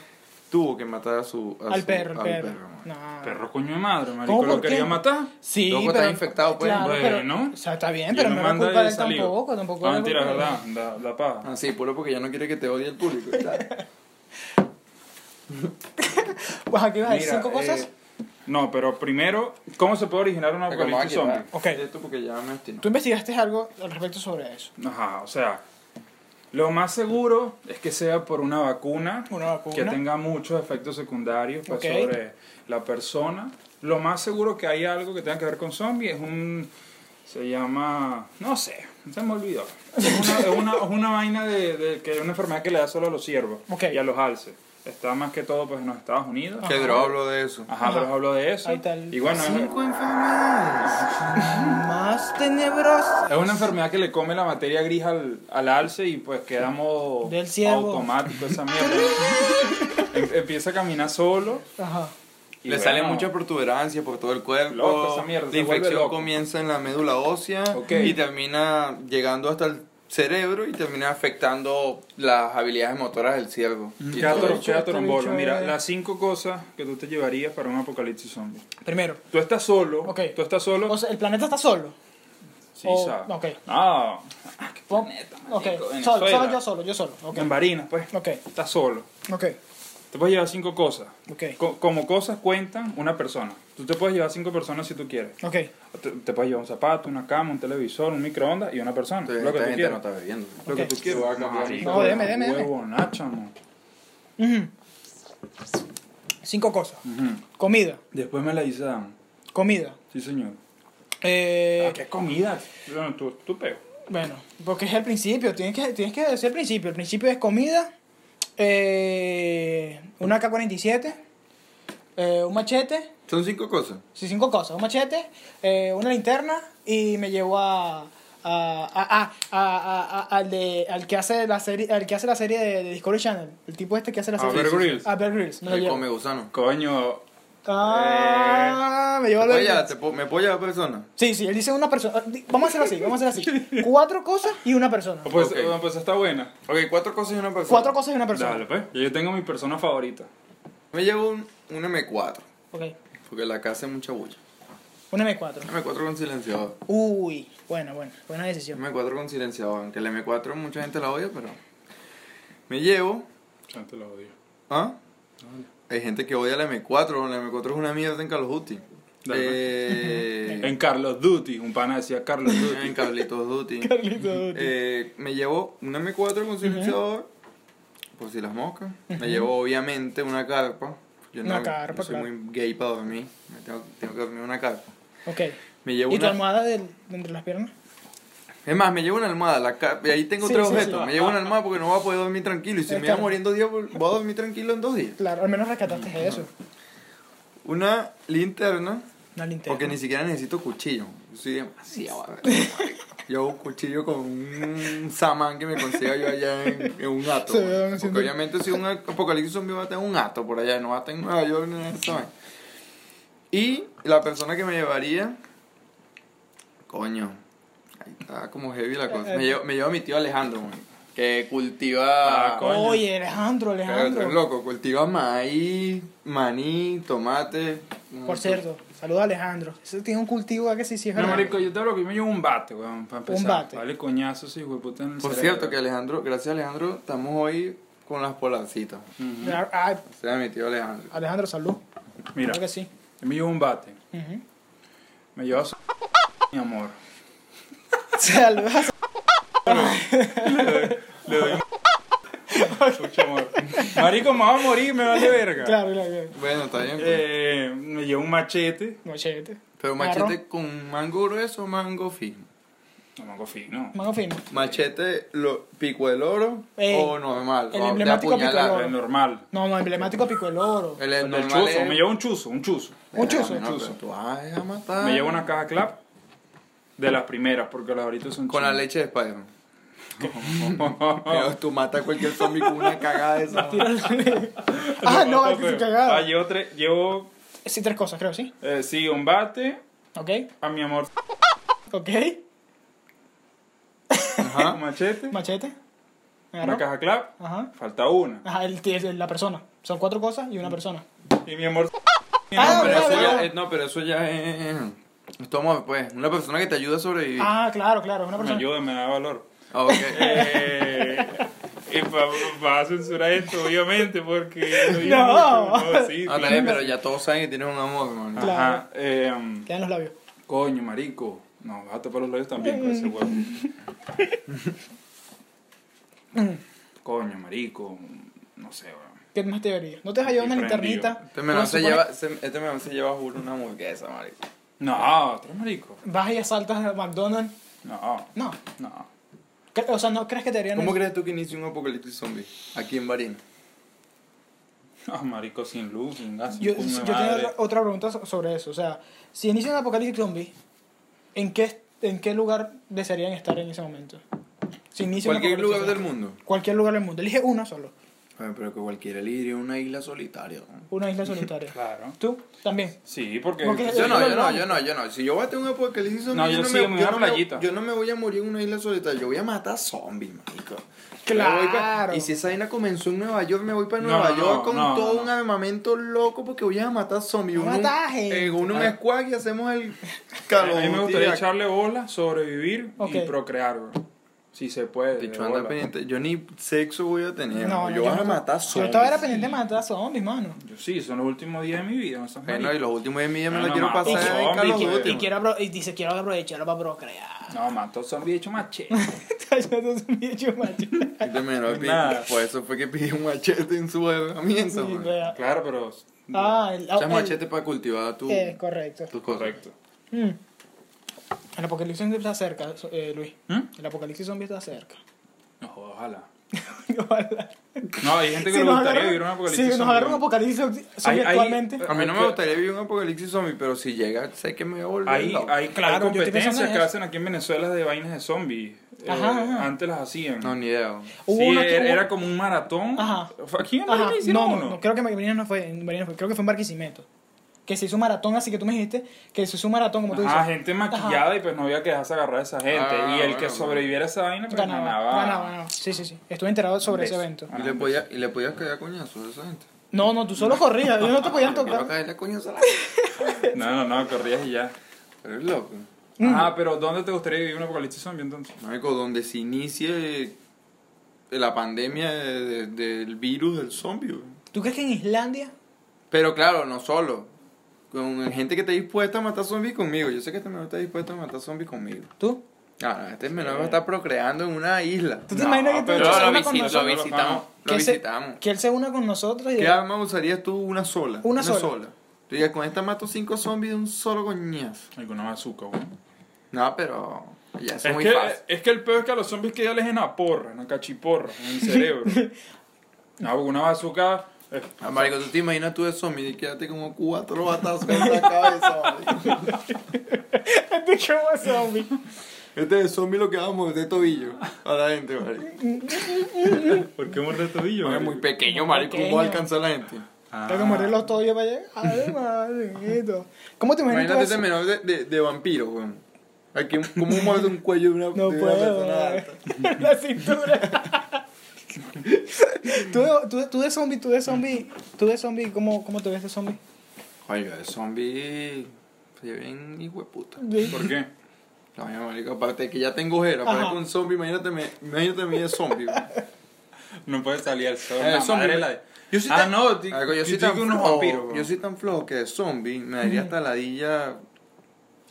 Speaker 3: tuvo que matar a su, a
Speaker 1: Al
Speaker 3: su-
Speaker 1: perro, el
Speaker 3: Ah, al
Speaker 1: perro.
Speaker 3: perro.
Speaker 1: No.
Speaker 2: Ah, Perro coño de madre, marico,
Speaker 1: ¿Cómo,
Speaker 2: lo
Speaker 1: por qué?
Speaker 2: quería matar.
Speaker 1: Sí,
Speaker 3: Loco,
Speaker 1: pero
Speaker 3: está infectado, pues.
Speaker 1: Claro,
Speaker 2: Bueno,
Speaker 1: pero,
Speaker 2: ¿no?
Speaker 1: O sea, está bien,
Speaker 2: Y
Speaker 1: pero
Speaker 2: lo
Speaker 1: no era
Speaker 2: manda
Speaker 1: culpa
Speaker 2: y
Speaker 1: de él
Speaker 2: salió.
Speaker 1: tampoco, tampoco.
Speaker 2: No,
Speaker 1: era
Speaker 2: Ah, mentira,
Speaker 1: culpa de él. <laughs>
Speaker 2: verdad, la, la paja.
Speaker 3: Así, Ah, puro porque ya no quiere que te odie el público.
Speaker 1: Pues aquí vas a decir
Speaker 2: Mira,
Speaker 1: cinco cosas.
Speaker 2: eh, no, pero primero, ¿cómo se puede originar un apocalipsis Ah, zombie?
Speaker 1: Ok.
Speaker 3: Okay. Esto porque ya me obstinó.
Speaker 1: Tú investigaste algo al respecto sobre eso.
Speaker 2: Ajá, o sea, lo más seguro es que sea por una vacuna,
Speaker 1: Una vacuna.
Speaker 2: que tenga muchos efectos secundarios pues,
Speaker 1: Ok.
Speaker 2: sobre la persona. Lo más seguro que hay algo que tenga que ver con zombies es un... Se llama... No sé, se me olvidó. Es una, es una, es una vaina de, de que es una enfermedad que le da solo a los ciervos
Speaker 1: Ok.
Speaker 2: y a los alces. Está más que todo pues, en los Estados Unidos.
Speaker 3: Que Dross habló de eso.
Speaker 2: Ajá, pero os hablo de eso.
Speaker 1: Ahí está el-
Speaker 2: Y bueno, es,
Speaker 3: Cinco enfermedades.
Speaker 1: Más tenebrosa.
Speaker 2: es una enfermedad que le come la materia gris al, al alce y pues quedamos
Speaker 1: Del ciervo.
Speaker 2: automático esa mierda. Em- Empieza a caminar solo.
Speaker 1: Ajá.
Speaker 2: y
Speaker 3: Le
Speaker 2: bueno,
Speaker 3: salen muchas protuberancias por todo el cuerpo.
Speaker 2: Loco, esa mierda,
Speaker 3: la
Speaker 2: se vuelve
Speaker 3: infección
Speaker 2: loco.
Speaker 3: comienza en la médula ósea
Speaker 2: Ok.
Speaker 3: y termina llegando hasta el cerebro y termina afectando las habilidades motoras del ciervo. Y
Speaker 2: Queda
Speaker 3: todo.
Speaker 2: toro-
Speaker 1: Este bicho-
Speaker 2: queda
Speaker 1: este
Speaker 2: torombolo.
Speaker 1: bicho
Speaker 2: Mira,
Speaker 1: es-
Speaker 2: las cinco cosas que tú te llevarías para un apocalipsis zombie.
Speaker 1: Primero.
Speaker 2: Tú estás solo.
Speaker 1: Ok.
Speaker 2: Tú estás solo.
Speaker 1: O sea, el planeta está solo.
Speaker 2: sí,
Speaker 1: o-
Speaker 2: sabes.
Speaker 1: ok.
Speaker 2: Ah,
Speaker 1: Ok.
Speaker 2: Venezuela.
Speaker 1: Solo, solo yo solo, yo solo. Ok.
Speaker 2: en varinas, pues.
Speaker 1: Ok.
Speaker 2: Estás solo.
Speaker 1: Ok.
Speaker 2: Te puedes llevar cinco cosas.
Speaker 1: Ok.
Speaker 2: Co- como cosas cuentan una persona. Tú te puedes llevar cinco personas si tú quieres.
Speaker 1: Ok.
Speaker 2: Te, te puedes llevar un zapato, una cama, un televisor, un microondas y una persona.
Speaker 3: Entonces,
Speaker 2: lo que
Speaker 3: esta
Speaker 2: tú
Speaker 3: gente
Speaker 2: quieras.
Speaker 3: no está bebiendo.
Speaker 2: Lo
Speaker 1: Ok.
Speaker 2: que tú quieras.
Speaker 3: Yo voy a cambiar.
Speaker 2: Marico,
Speaker 1: No, deme, deme, deme.
Speaker 2: huevona, chamo.
Speaker 1: Ujú. Cinco cosas.
Speaker 2: Ujú.
Speaker 1: Comida.
Speaker 2: Después me la dice Dan.
Speaker 1: Comida.
Speaker 2: Sí, señor.
Speaker 1: Eh,
Speaker 2: Ah, ¿Qué comida? Bueno, tú, tú peo.
Speaker 1: Bueno, porque es el principio, tienes que, tienes que decir el principio. El principio es comida, eh, una K-47, eh, un machete,
Speaker 3: Son cinco cosas.
Speaker 1: sí, cinco cosas, un machete, eh, una linterna y me llevo a, a, a- a- a- a- a- al, de, al que hace la serie, al que hace la serie de, de Discovery Channel, el tipo este que hace la
Speaker 2: A
Speaker 1: serie.
Speaker 2: Bear Grylls.
Speaker 1: A Bear Grylls, me lo
Speaker 3: El
Speaker 1: llevo.
Speaker 3: come gusano.
Speaker 2: Coño.
Speaker 1: Ah, me llevo a
Speaker 3: ¿Te
Speaker 1: Bear
Speaker 3: puedo llevar-
Speaker 1: Grylls.
Speaker 3: Eh, te puedo- ¿Me puedo llevar persona?
Speaker 1: Sí, sí, él dice una persona. ah, Vamos a hacerlo así, vamos a hacerlo así. Cuatro cosas y una persona.
Speaker 2: Pues,
Speaker 3: Ok.
Speaker 2: eh, pues está buena.
Speaker 3: Ok, cuatro cosas y una persona.
Speaker 1: Cuatro cosas y una persona.
Speaker 2: Dale, pues. Yo tengo mi persona favorita.
Speaker 3: Me llevo un, un M4,
Speaker 1: Ok.
Speaker 3: porque la casa es mucha bulla.
Speaker 1: Un M4.
Speaker 3: Un M4 con silenciador.
Speaker 1: Uy, bueno, bueno, buena decisión.
Speaker 3: Un M4 con silenciador, aunque el M4 mucha gente la odia, pero... Me llevo...
Speaker 2: Antes la odio.
Speaker 3: ¿Ah? Hay gente que odia la M4, la M4 es una mierda en Call of Duty.
Speaker 2: Dale, pues.
Speaker 3: Eh,
Speaker 2: <laughs> En Carlos Duty, un pana decía Carlos
Speaker 1: <laughs>
Speaker 2: Duty.
Speaker 3: en Carlitos Duty.
Speaker 1: <laughs> Carlito.
Speaker 3: Eh, me llevo una M4 con silenciador, por si las moscas. Me llevo obviamente una carpa. Yo
Speaker 1: Una carpa,
Speaker 3: yo soy
Speaker 1: claro.
Speaker 3: muy gay para dormir. Me tengo, tengo que dormir una carpa.
Speaker 1: Ok.
Speaker 3: Me llevo
Speaker 1: ¿Y tu
Speaker 3: una...
Speaker 1: almohada del- de entre las piernas?
Speaker 3: Es más, me llevo una almohada. La ca- y ahí tengo
Speaker 1: Sí,
Speaker 3: tres
Speaker 1: sí,
Speaker 3: objetos.
Speaker 1: sí.
Speaker 3: Me llevo una almohada porque no voy a poder dormir tranquilo. Y si
Speaker 1: Es
Speaker 3: me voy a
Speaker 1: que-
Speaker 3: morir en dos días, vol- voy a dormir tranquilo en dos días.
Speaker 1: Claro, al menos rescataste eso.
Speaker 3: Una linterna.
Speaker 1: Una linterna.
Speaker 3: Porque ni siquiera necesito cuchillo. Yo soy demasiado. marico. Yo un cuchillo con un samán que me consiga yo allá en, en un gato.
Speaker 1: Se ve donde siento-
Speaker 3: Porque obviamente si un apocalipsis zombie va a tener un gato por allá, no va a tener en Nueva York ni nada de esa vaina. Y la persona que me llevaría. Coño. Ahí está como heavy la cosa. Me llevo, me llevo a mi tío Alejandro, man, que cultiva.
Speaker 2: Ah, coño.
Speaker 1: Oye, Alejandro,
Speaker 3: Claro, tú eres
Speaker 1: Alejandro.
Speaker 3: loco, cultiva maíz, maní, tomate.
Speaker 1: Por cierto, saluda a Alejandro. Ese tiene un cultivo ¿a que sí, sí, es
Speaker 2: No,
Speaker 1: verdad?
Speaker 2: marico, yo te hablo que yo me llevo un bate, weón, para empezar.
Speaker 1: bate.
Speaker 2: Vale, coñazo, sí, güey, puta en el
Speaker 3: Por
Speaker 2: cerebro.
Speaker 3: cierto, que Alejandro, gracias Alejandro, estamos hoy con las polancitas.
Speaker 2: Ujú.
Speaker 1: Claro, ay,
Speaker 3: O sea, mi tío Alejandro.
Speaker 1: Ah, Alejandro, salud.
Speaker 2: Mira,
Speaker 1: Creo que sí.
Speaker 2: yo me llevo un bate.
Speaker 1: Ujú. <laughs>
Speaker 2: Me llevo a su... <laughs> mi amor.
Speaker 1: Saluda a-
Speaker 2: Le doy un... Mucho amor. Marico, me va a morir, me vale verga.
Speaker 1: Claro, claro, claro.
Speaker 3: Bueno, está bien. pues.
Speaker 2: Eh, me llevo un machete.
Speaker 1: No, chévere.
Speaker 3: Pero machete con mango grueso o mango fino.
Speaker 2: No, mango fino.
Speaker 1: Mano fino.
Speaker 3: Machete lo, pico del oro
Speaker 1: Ey,
Speaker 3: o normal.
Speaker 1: Eh, el
Speaker 3: o de
Speaker 1: emblemático pico del
Speaker 3: apuñalar.
Speaker 1: oro.
Speaker 2: El normal.
Speaker 1: No, no, emblemático pico el oro. <laughs>
Speaker 3: El,
Speaker 2: El del
Speaker 3: normal
Speaker 2: chuzo.
Speaker 3: es-
Speaker 2: Me llevo un chuzo, un chuzo.
Speaker 1: Un chuzo,
Speaker 3: No,
Speaker 1: un chuzo.
Speaker 3: pero tú vas a matar.
Speaker 2: Me llevo una caja clap de las primeras, porque las ahorita son
Speaker 3: Con la
Speaker 2: chinas.
Speaker 3: leche de Spider-Man.
Speaker 2: <laughs> Ah.
Speaker 3: Pero tú matas a cualquier zombie con una cagada
Speaker 1: <laughs>
Speaker 3: de esa.
Speaker 1: Ah,
Speaker 2: No,
Speaker 1: no, hay que se
Speaker 2: pero- Ah,
Speaker 1: cagaba.
Speaker 2: llevo tres, llevo,
Speaker 1: Sí, tres cosas, creo, sí.
Speaker 2: eh, sí, un bate,
Speaker 1: Ok,
Speaker 2: a mi amor,
Speaker 1: ok.
Speaker 2: un
Speaker 3: Ajá.
Speaker 2: machete,
Speaker 1: Machete.
Speaker 2: una
Speaker 1: Agarro.
Speaker 2: caja clap,
Speaker 1: Ajá.
Speaker 2: falta una,
Speaker 1: Ajá, el, el- la persona. Son cuatro cosas y una persona.
Speaker 2: y mi amor,
Speaker 1: Ah,
Speaker 3: Pero
Speaker 1: claro,
Speaker 3: eso ya,
Speaker 1: claro.
Speaker 3: eh, no, pero eso ya es. Estamos después. Una persona que te ayuda a sobrevivir.
Speaker 1: Ah, claro, claro, una
Speaker 2: me
Speaker 1: persona.
Speaker 2: ayuda, me da
Speaker 3: <laughs>
Speaker 2: valor.
Speaker 3: Ah, ok.
Speaker 1: <laughs>
Speaker 2: Eh, y va a censurar esto, obviamente,
Speaker 3: <laughs>
Speaker 2: porque... yo digo
Speaker 1: No.
Speaker 2: mucho, no, sí,
Speaker 3: Ah, está
Speaker 2: claro.
Speaker 3: bien, pero ya todos saben que tienes un amor, hermano.
Speaker 1: Claro.
Speaker 2: Ajá, eh,
Speaker 1: Quedan los labios.
Speaker 2: coño, marico, no, vas a tapar los labios también con ese huevo. <laughs> coño, marico, no sé, weón.
Speaker 1: ¿Qué más te vería? ¿No te has hallado
Speaker 2: Y
Speaker 1: una
Speaker 2: prendido.
Speaker 1: linternita?
Speaker 3: Este menor
Speaker 1: Pues,
Speaker 3: se
Speaker 1: supone-
Speaker 3: lleva, se- este menor se lleva juro una hamburguesa, marico.
Speaker 2: No, tres marico.
Speaker 1: Vas y asaltas a McDonald's.
Speaker 2: No,
Speaker 1: No.
Speaker 2: no.
Speaker 1: Cre- O sea, ¿no crees que te harían
Speaker 3: ¿Cómo
Speaker 1: eso?
Speaker 3: crees tú que inicia un apocalipsis zombie? Aquí en Barina.
Speaker 2: No, marico, sin luz, sin gas, sin
Speaker 1: Yo,
Speaker 2: coño de
Speaker 1: yo
Speaker 2: madre.
Speaker 1: tengo otra- otra pregunta so- sobre eso. O sea, si inician un apocalipsis zombie, ¿en qué, ¿en qué lugar desearían estar en ese momento? Si inicia un
Speaker 3: Cualquier
Speaker 1: apocalipsis
Speaker 3: lugar del
Speaker 1: zombie.
Speaker 3: mundo.
Speaker 1: Cualquier lugar del mundo. Elige uno solo.
Speaker 3: Bueno, pero que cualquiera le iría a una isla solitaria. ¿no?
Speaker 1: Una isla
Speaker 3: <laughs>
Speaker 1: solitaria.
Speaker 2: Claro.
Speaker 1: ¿Tú? También.
Speaker 2: Sí, porque...
Speaker 1: Porque-
Speaker 3: Yo no, yo no, yo no, yo no. Si yo voy a tener un apocalipsis zombie,
Speaker 2: No, yo sí, en una
Speaker 3: no me-
Speaker 2: playita.
Speaker 3: yo no me voy a morir en una isla solitaria. Yo voy a matar zombies, marico. Yo me voy pa-
Speaker 1: Claro.
Speaker 3: Y si esa vaina comenzó en Nueva York, me voy para
Speaker 2: No,
Speaker 3: Nueva
Speaker 2: no,
Speaker 3: York
Speaker 2: no,
Speaker 3: con
Speaker 2: no,
Speaker 3: todo
Speaker 2: no.
Speaker 3: un armamento loco porque voy a matar zombies.
Speaker 1: No
Speaker 3: Uno-
Speaker 1: mataje.
Speaker 3: En uno un squad y hacemos el
Speaker 2: Ah. a
Speaker 3: calor.
Speaker 2: mí me gustaría echarle bola, sobrevivir y
Speaker 1: Ok,
Speaker 2: procrear, bro. Si se puede. de
Speaker 3: Dicho, anda
Speaker 2: bola.
Speaker 3: pendiente. Yo ni sexo voy a tener.
Speaker 1: No, no,
Speaker 3: yo voy a
Speaker 1: no-
Speaker 3: matar
Speaker 1: Yo
Speaker 3: zombies.
Speaker 1: estaba era pendiente de matar zombies, mano.
Speaker 2: Yo sí, son los últimos días de mi vida. no seas
Speaker 3: Bueno, y
Speaker 2: marico.
Speaker 3: los últimos de mi vida me
Speaker 2: No,
Speaker 3: la
Speaker 2: no,
Speaker 3: quiero
Speaker 2: mato
Speaker 3: pasar en
Speaker 2: zombies,
Speaker 3: Call of
Speaker 2: quiero-
Speaker 3: Duty.
Speaker 1: Y, quiero apro- y dice, quiero aprovecharlo para procrear.
Speaker 2: No, mató zombie hecho machete.
Speaker 1: Yo soy un bicho macho.
Speaker 3: Este menor pi-
Speaker 2: Nada.
Speaker 3: Por eso fue que pidió un machete en su herramienta.
Speaker 1: Sí,
Speaker 3: man.
Speaker 1: vea.
Speaker 2: claro, pero...
Speaker 3: pues,
Speaker 1: Ah, el,
Speaker 3: Echas
Speaker 1: el-
Speaker 3: machete para cultivar tu,
Speaker 1: eh, correcto.
Speaker 3: tus cosas.
Speaker 2: Correcto.
Speaker 1: Mm. El apocalipsis zombie está cerca, so- eh, Luis.
Speaker 2: ¿Mm?
Speaker 1: El apocalipsis zombie está cerca.
Speaker 2: No, jodas, ojalá.
Speaker 1: Ojalá.
Speaker 2: No, hay gente que
Speaker 1: Si
Speaker 2: le
Speaker 1: nos
Speaker 2: gustaría
Speaker 1: agarra-
Speaker 2: vivir un apocalipsis.
Speaker 1: Si nos
Speaker 2: zombie,
Speaker 1: agarra un
Speaker 2: ¿no?
Speaker 1: apocalipsis zombie actualmente.
Speaker 2: hay-
Speaker 3: A mí no me
Speaker 2: que-
Speaker 3: gustaría vivir un apocalipsis zombie, pero si llega, sé que me voy a volver
Speaker 2: Hay,
Speaker 3: loco.
Speaker 2: hay,
Speaker 1: Claro,
Speaker 2: hay
Speaker 1: yo estoy pensando en
Speaker 2: competencias que
Speaker 1: eso.
Speaker 2: hacen aquí en Venezuela de vainas de zombies. Eh,
Speaker 1: Ajá, ajá.
Speaker 2: Antes las hacían.
Speaker 3: No, ni idea.
Speaker 1: Hubo
Speaker 2: sí,
Speaker 1: una que-
Speaker 2: era,
Speaker 1: hubo-
Speaker 2: era como un maratón.
Speaker 1: Ajá.
Speaker 2: Fue Aquí en
Speaker 1: Ajá,
Speaker 2: Venezuela hicieron
Speaker 1: no,
Speaker 2: uno.
Speaker 1: no, no, creo que en Marinas no fue, en Marinas fue, creo que fue en Barquisimeto. Que se hizo un maratón, así que tú me dijiste que se hizo un maratón, como tú
Speaker 2: Ajá,
Speaker 1: dices.
Speaker 2: gente maquillada y pues no había que dejarse agarrar a esa gente.
Speaker 3: Ah,
Speaker 2: y el
Speaker 3: bueno,
Speaker 2: que
Speaker 3: bueno.
Speaker 2: sobreviviera a esa vaina, pues
Speaker 1: Ganaba,
Speaker 2: ganaba.
Speaker 1: ganaba, ganaba. Sí, sí, sí. Estuve enterado sobre ese
Speaker 2: Beso.
Speaker 1: evento.
Speaker 2: Ah,
Speaker 3: Y le, podía, y le podías caer a coñazos a esa gente.
Speaker 1: No, no, tú solo corrías, ellos no te podían
Speaker 3: Yo quiero
Speaker 1: tocar.
Speaker 3: caerle a
Speaker 1: <laughs>
Speaker 3: coñazos a la gente.
Speaker 2: No, no, no, corrías y ya.
Speaker 3: Eres loco.
Speaker 1: Mm.
Speaker 2: Ajá, pero ¿dónde te gustaría vivir un apocalipsis zombie entonces?
Speaker 3: Marico, donde se inicie la pandemia de- de- del virus del zombie. güey.
Speaker 1: ¿Tú crees que en Islandia?
Speaker 3: Pero claro, no solo. Con gente que está dispuesta a matar zombies conmigo. Yo sé que este menor está dispuesto a matar zombies conmigo.
Speaker 1: ¿Tú?
Speaker 3: Ah, no, este menor va a estar procreando en una isla.
Speaker 1: ¿Tú te imaginas que tú
Speaker 2: pero
Speaker 1: te
Speaker 2: lo
Speaker 1: una
Speaker 2: visi-
Speaker 1: con
Speaker 2: nosotros,
Speaker 3: lo visitamos.
Speaker 2: ¿no?
Speaker 3: Lo
Speaker 1: que se-
Speaker 3: visitamos.
Speaker 1: que él se una con nosotros y
Speaker 3: ¿Qué arma usarías tú? Una sola.
Speaker 1: Una sola.
Speaker 3: Tú digas, con esta mato cinco zombies de un solo coñazo.
Speaker 2: Alguna bazooka, güey.
Speaker 3: No, pero ya es
Speaker 2: Es
Speaker 3: muy
Speaker 2: que,
Speaker 3: fácil.
Speaker 2: es que el peor es que a los zombies que ya les en a porra, en a cachiporra, en el cerebro. no, porque una bazooka. eh,
Speaker 3: Ah, marico, tú te imaginas tú de zombie y quédate como cuatro batazos en la cabeza. marico.
Speaker 1: este show a zombie.
Speaker 3: Este de zombie lo que vamos de tobillo a la gente, marico.
Speaker 2: ¿Por qué muerde el tobillo?
Speaker 3: No es muy
Speaker 2: marico?
Speaker 3: pequeño,
Speaker 1: Muy
Speaker 3: marico. ¿Cómo va a
Speaker 1: pequeño.
Speaker 3: alcanzar la gente?
Speaker 2: Ah.
Speaker 1: Tengo que morder los tobillos para llegar.
Speaker 3: <laughs>
Speaker 1: Ay, mariquito. ¿Cómo te imaginas tú
Speaker 3: Imagínate este
Speaker 1: eso?
Speaker 3: ese menor de, de, de vampiro, weón. Aquí, ¿Cómo muerde un cuello de una,
Speaker 1: No
Speaker 3: de una
Speaker 1: puedo.
Speaker 3: persona
Speaker 1: eh.
Speaker 3: alta?
Speaker 1: <laughs> la cintura.
Speaker 3: <laughs>
Speaker 1: tú, de- tú, de- tú de zombie, tú de zombie, tú de zombie, ¿cómo, cómo te ves de zombie?
Speaker 3: Oye, el zombie. Se ve bien hijo de puta.
Speaker 2: Ah, ¿Por qué?
Speaker 3: No, mi marico, aparte de que ya tengo ojera,
Speaker 1: Ajá.
Speaker 3: parezco un zombie, imagínate, me, imagínate a mí de zombie. weón.
Speaker 2: No puede salir al sol.
Speaker 3: El
Speaker 2: la
Speaker 3: zombie,
Speaker 2: madre
Speaker 3: me-
Speaker 2: la-
Speaker 3: Yo soy
Speaker 2: ah,
Speaker 3: tan-
Speaker 2: no, ti-
Speaker 3: marico, yo soy
Speaker 2: ti-
Speaker 3: tan
Speaker 2: que unos
Speaker 3: flojo,
Speaker 2: vampiros. bro.
Speaker 3: Yo soy tan flojo que de zombie me daría hasta ladilla.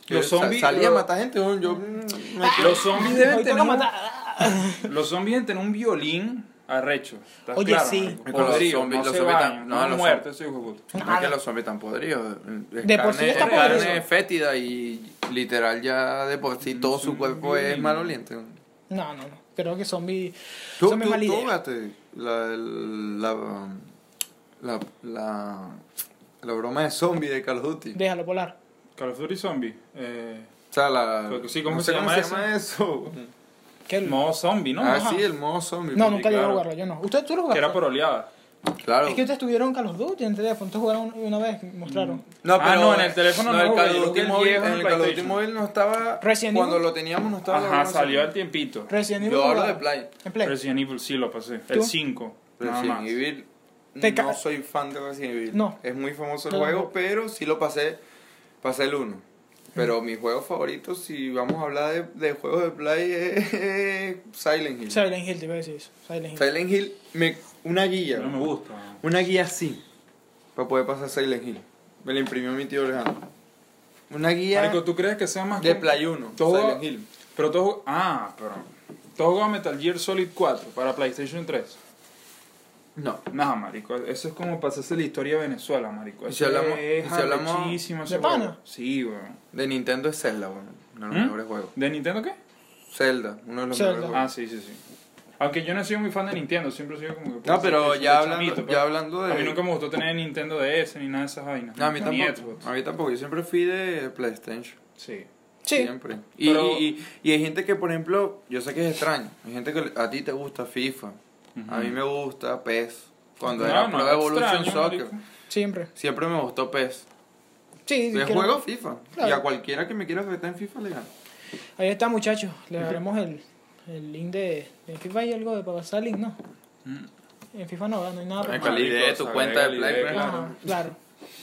Speaker 2: Los
Speaker 3: Yo sa-
Speaker 2: zombies-
Speaker 3: Salí a
Speaker 2: los-
Speaker 3: matar gente, weón, yo. mm,
Speaker 1: Ah,
Speaker 3: me-
Speaker 2: Los zombies deben
Speaker 1: Hoy toca
Speaker 2: tener. un-
Speaker 1: matar.
Speaker 2: Los zombies deben tener un violín arrecho. ¿Estás
Speaker 1: Oye,
Speaker 2: claro,
Speaker 1: sí.
Speaker 2: marico?
Speaker 3: Marico, los
Speaker 2: Podrido,
Speaker 3: zombies-
Speaker 2: no
Speaker 3: los
Speaker 2: se
Speaker 3: zombies
Speaker 2: bañan,
Speaker 3: tan- no,
Speaker 2: no,
Speaker 3: los
Speaker 2: muerto ese hijo de puta.
Speaker 3: No es que los zombies están podridos. mm, es
Speaker 1: De por sí
Speaker 3: carne-
Speaker 1: está
Speaker 3: es carne
Speaker 1: podrido.
Speaker 3: fétida y literal ya de por sí todo su cuerpo es
Speaker 2: Mm.
Speaker 3: maloliente. weón.
Speaker 1: No, no, no. Creo que zombie.
Speaker 3: Tú,
Speaker 1: zombie
Speaker 3: tú,
Speaker 1: mala
Speaker 3: tú
Speaker 1: idea.
Speaker 3: jugaste la, la, la, la, la broma de zombie de Call of Duty.
Speaker 1: Déjalo polar.
Speaker 2: Call of Duty Zombie. Eh,
Speaker 3: O sea, la.
Speaker 2: Creo que sí, ¿cómo
Speaker 3: no
Speaker 2: se
Speaker 3: sé
Speaker 2: llama eso?
Speaker 3: eso?
Speaker 1: ¿Qué- no,
Speaker 2: modo zombie, ¿no?
Speaker 3: ah,
Speaker 1: ajá.
Speaker 3: sí, el modo zombie. pues,
Speaker 1: nunca llegué a
Speaker 2: claro.
Speaker 1: jugarlo, yo no. ¿Usted tú lo
Speaker 2: Que
Speaker 1: jugaste?
Speaker 2: era por oleada.
Speaker 3: Claro.
Speaker 1: Es que ustedes tuvieron Call of Duty en teléfono. Ustedes jugaron una vez, mostraron.
Speaker 3: No,
Speaker 2: Ah, no, en el teléfono no,
Speaker 3: el
Speaker 2: güey,
Speaker 3: Call of
Speaker 2: yo creo
Speaker 3: Duty
Speaker 2: que el
Speaker 3: móvil,
Speaker 2: viejo
Speaker 3: en
Speaker 2: en
Speaker 3: el Call of Duty
Speaker 2: PlayStation.
Speaker 3: móvil no estaba.
Speaker 1: Resident
Speaker 3: cuando
Speaker 1: Evil.
Speaker 3: lo teníamos no estaba. la
Speaker 2: Ajá,
Speaker 3: broma
Speaker 2: salió al
Speaker 3: zombie.
Speaker 2: tiempito.
Speaker 1: Resident Evil.
Speaker 3: Yo
Speaker 1: lo
Speaker 3: hablo de
Speaker 1: jugaron.
Speaker 3: Play.
Speaker 1: En Play.
Speaker 2: Resident Evil sí lo pasé.
Speaker 1: ¿Tú?
Speaker 2: El 5. Nada
Speaker 3: Resident
Speaker 2: más.
Speaker 3: Evil.
Speaker 1: Te ca-
Speaker 3: No soy fan de Resident Evil.
Speaker 1: No.
Speaker 3: Es muy famoso el
Speaker 1: No,
Speaker 3: juego,
Speaker 1: no.
Speaker 3: pero sí lo pasé. Pasé el 1.
Speaker 1: Mm.
Speaker 3: Pero mi juego favorito, si vamos a hablar de, de juegos de play, <laughs> es Silent Hill.
Speaker 1: Silent Hill, te iba a decir eso. Silent Hill.
Speaker 3: Silent Hill, me, una guía.
Speaker 2: No me gusta.
Speaker 3: Una guía así. Para poder pasar Silent Hill. Me la imprimió mi tío Alejandro. Una guía
Speaker 2: Marico, ¿tú crees que sea más
Speaker 3: de
Speaker 2: com-
Speaker 3: Play 1.
Speaker 2: Todo-
Speaker 3: Silent Hill.
Speaker 2: Pero todo Ah, pero. Todo jugaba Metal Gear Solid 4 para PlayStation 3.
Speaker 3: No.
Speaker 2: Nada, marico. Eso es como pasarse la historia de Venezuela, marico.
Speaker 3: Y
Speaker 2: Eso
Speaker 3: si hablamos-
Speaker 2: es
Speaker 3: y si hablamos-
Speaker 2: arrechísimo ese
Speaker 1: ¿De pana?
Speaker 2: juego. Sí, weón.
Speaker 3: De Nintendo es Zelda, bueno. Uno de los
Speaker 2: ¿Mm?
Speaker 3: mejores juegos.
Speaker 2: ¿De Nintendo qué?
Speaker 3: Zelda, uno de los
Speaker 1: Zelda.
Speaker 3: mejores
Speaker 2: Ah,
Speaker 3: juegos.
Speaker 2: sí, sí, sí. Aunque yo no he sido muy fan de Nintendo, siempre he sido como que.
Speaker 3: No, pero
Speaker 2: de
Speaker 3: ya
Speaker 2: chamito,
Speaker 3: hablando,
Speaker 2: pero
Speaker 3: ya hablando de.
Speaker 2: A mí nunca me gustó tener Nintendo DS ni nada de esas vainas.
Speaker 3: No, a mí
Speaker 2: Ni
Speaker 3: tampoco. Ah.
Speaker 2: Xbox.
Speaker 3: A mí tampoco. Yo siempre fui de PlayStation.
Speaker 2: Sí.
Speaker 1: Sí.
Speaker 3: Siempre. Y,
Speaker 2: Pero-
Speaker 3: y, y, y hay gente que, por ejemplo, yo sé que es extraño. Hay gente que a ti te gusta FIFA. A mí me gusta PES. Cuando
Speaker 2: No,
Speaker 3: era
Speaker 2: no,
Speaker 3: Pro
Speaker 2: es
Speaker 3: Evolution
Speaker 2: extraño,
Speaker 3: Soccer,
Speaker 2: marico.
Speaker 1: Siempre.
Speaker 3: siempre me gustó PES.
Speaker 1: Sí, sí.
Speaker 3: Yo
Speaker 1: quiero-
Speaker 3: juego FIFA. Y a
Speaker 1: Claro.
Speaker 3: cualquiera que me quiera afectar en FIFA le gano.
Speaker 1: Ahí está, muchachos. Le daremos el, el link de, de FIFA y algo de para pasar el link, ¿no?
Speaker 2: Mm.
Speaker 1: En FIFA no, no hay nada.
Speaker 3: Ay,
Speaker 1: para
Speaker 2: Marico,
Speaker 3: la idea de tu
Speaker 2: sabe,
Speaker 3: cuenta de
Speaker 2: la idea,
Speaker 3: Play, pues.
Speaker 1: Ajá,
Speaker 3: pero-
Speaker 1: claro.
Speaker 3: claro.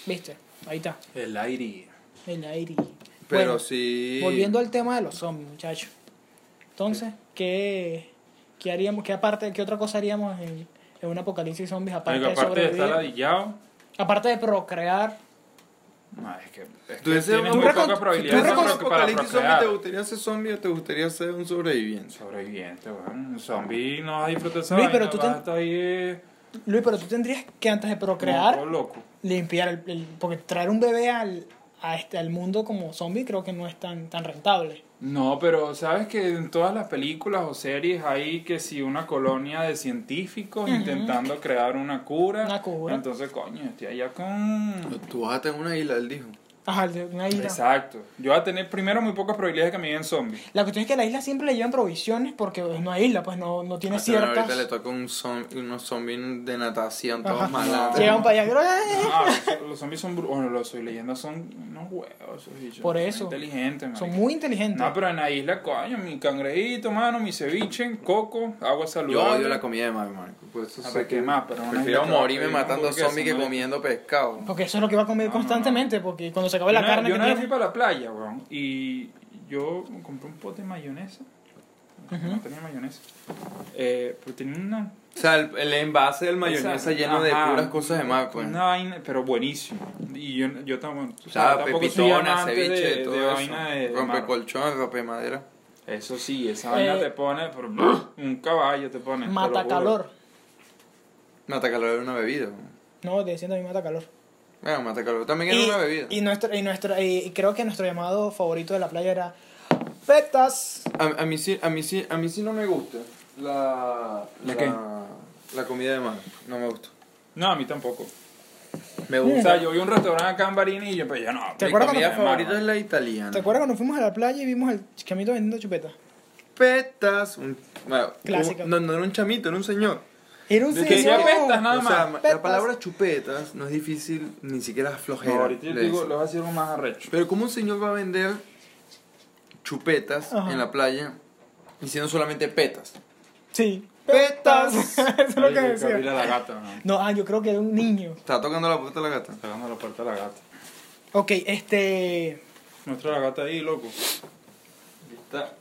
Speaker 1: Viste, ahí está.
Speaker 2: El aire.
Speaker 1: El aire.
Speaker 3: Pero
Speaker 1: Bueno,
Speaker 3: sí.
Speaker 1: Volviendo al tema de los zombies, muchachos. Entonces, ¿qué, qué haríamos? ¿Qué aparte, qué otra cosa haríamos en, en un apocalipsis zombies aparte,
Speaker 2: Marico, aparte
Speaker 1: de
Speaker 2: de estar
Speaker 1: sobrevivir?
Speaker 2: ladillado.
Speaker 1: aparte de procrear.
Speaker 2: No, es que. Es
Speaker 3: Tú
Speaker 2: que
Speaker 3: dices,
Speaker 2: tienes
Speaker 3: un
Speaker 2: muy poca
Speaker 1: recon-
Speaker 2: probabilidad
Speaker 1: tú
Speaker 2: de
Speaker 1: recon-
Speaker 2: pro- para
Speaker 3: apocalipsis zombie,
Speaker 2: procrear.
Speaker 3: ¿te gustaría ser zombie o te gustaría ser un sobreviviente?
Speaker 2: Sobreviviente, weón. Un zombie no vas a disfrutar esa
Speaker 1: Luis,
Speaker 2: vaina,
Speaker 1: pero tú
Speaker 2: vas
Speaker 1: ten-
Speaker 2: a estar ahí eh,
Speaker 1: Luis, pero tú tendrías que antes de
Speaker 2: como
Speaker 1: procrear,
Speaker 2: todo loco.
Speaker 1: limpiar el, el- Porque traer un bebé al, a este, al mundo como zombie creo que no es tan, tan rentable.
Speaker 2: No, pero sabes que en todas las películas o series hay que si una colonia de científicos intentando crear una cura.
Speaker 1: Una cura.
Speaker 2: Entonces, coño, estoy allá con.
Speaker 3: Tú vas a tener una isla, él dijo.
Speaker 1: Ajá, de una isla.
Speaker 2: Exacto. Yo voy a tener primero muy pocas probabilidades de que me lleguen zombies.
Speaker 1: La cuestión es que a la isla siempre le llevan provisiones porque es una isla, pues no, no tiene
Speaker 3: Ah, claro,
Speaker 1: ciertas.
Speaker 3: Ahorita le toca un zom- unos zombies de natación,
Speaker 1: Ajá.
Speaker 3: todos malandros.
Speaker 1: Llegan para allá. eh,
Speaker 2: Ah, los, los zombies son. bru- Bueno, los soy leyendas son unos huevos, esos bichos.
Speaker 1: Por
Speaker 2: Son
Speaker 1: eso.
Speaker 2: inteligentes,
Speaker 1: Son
Speaker 2: marico.
Speaker 1: muy inteligentes.
Speaker 2: No, pero en la isla, coño, mi cangrejito, mano, mi ceviche, coco, agua
Speaker 3: Yo
Speaker 2: saludable.
Speaker 3: odio la comida de Mario Marco. por eso
Speaker 2: Ah,
Speaker 3: sé
Speaker 2: pero
Speaker 3: que
Speaker 2: ¿eh? ¿qué más? Pero una isla
Speaker 3: prefiero
Speaker 2: que va a
Speaker 3: morirme
Speaker 2: pedir una
Speaker 3: matando
Speaker 2: hamburguesa,
Speaker 3: zombies que
Speaker 2: marico.
Speaker 3: comiendo pescado.
Speaker 1: Porque eso es lo que va a comer
Speaker 2: No, no, no.
Speaker 1: constantemente, porque cuando se acabe
Speaker 2: Yo
Speaker 1: Pues la
Speaker 2: una-
Speaker 1: carne
Speaker 2: Yo
Speaker 1: que
Speaker 2: una vez fui
Speaker 1: tiene-
Speaker 2: para la playa, weón, y yo compré un pote de mayonesa. No tenía mayonesa. Eh, pero tenía una,
Speaker 3: O sea, el, el envase del mayonesa
Speaker 2: Exacto.
Speaker 3: lleno de
Speaker 2: Ajá.
Speaker 3: puras cosas de pues. Marco.
Speaker 2: una vaina, pero buenísimo. Y yo, yo tam- o sea,
Speaker 3: sea,
Speaker 2: tampoco soy
Speaker 3: pepitonas,
Speaker 2: amante
Speaker 3: ceviche,
Speaker 2: de,
Speaker 3: todo
Speaker 2: de
Speaker 3: eso.
Speaker 2: vaina de, de
Speaker 3: rompe
Speaker 2: mar.
Speaker 3: colchón, rompe madera.
Speaker 2: Eso sí, esa vaina
Speaker 1: Eh,
Speaker 2: te pone, pero, un caballo te pone. te lo
Speaker 1: Mata
Speaker 2: juro.
Speaker 1: calor.
Speaker 3: Matacalor era una bebida.
Speaker 1: No, te diciendo a mí mata calor.
Speaker 3: Bueno, matacalor también era
Speaker 1: Y,
Speaker 3: una bebida.
Speaker 1: y nuestro, y nuestro, y y creo que nuestro llamado favorito de la playa era petas.
Speaker 3: A, a mí sí, a mí sí, a mí sí no me gusta la
Speaker 2: ¿La
Speaker 3: la,
Speaker 2: qué?
Speaker 3: la comida de mar. No me gusta.
Speaker 2: No, a mí tampoco.
Speaker 3: Me
Speaker 2: O
Speaker 3: gusta.
Speaker 2: sea, yo vi un restaurante acá en Barini y yo, pues ya no.
Speaker 1: ¿Te
Speaker 3: Mi
Speaker 1: acuerdas
Speaker 3: comida
Speaker 2: cuando-
Speaker 3: favorita es la italiana.
Speaker 1: ¿Te acuerdas cuando fuimos a la playa y vimos al chamito vendiendo chupetas?
Speaker 3: Petas, un, bueno,
Speaker 1: Clásica.
Speaker 3: un- no, no era un chamito, era un señor.
Speaker 1: Era un
Speaker 2: ¿De
Speaker 1: señor.
Speaker 2: qué apestas, nada
Speaker 3: o sea,
Speaker 2: más?
Speaker 3: ma-
Speaker 1: Petas.
Speaker 3: la palabra chupetas no es difícil, ni siquiera es flojera.
Speaker 2: No, ahorita yo
Speaker 3: le
Speaker 2: te digo,
Speaker 3: dicen.
Speaker 2: lo voy a hacer algo más arrecho.
Speaker 3: Pero ¿cómo un señor va a vender chupetas
Speaker 1: Ajá.
Speaker 3: en la playa diciendo solamente petas?
Speaker 1: Sí.
Speaker 3: Petas.
Speaker 1: <laughs> Eso es lo que
Speaker 2: Marico,
Speaker 1: decía.
Speaker 2: Gabriela la gata, ¿no?
Speaker 1: No, ah, yo creo que era un niño.
Speaker 3: Está tocando la puerta la gata.
Speaker 2: Sacando la puerta de la gata.
Speaker 1: Ok, este.
Speaker 2: Muestra la gata ahí, loco. Está.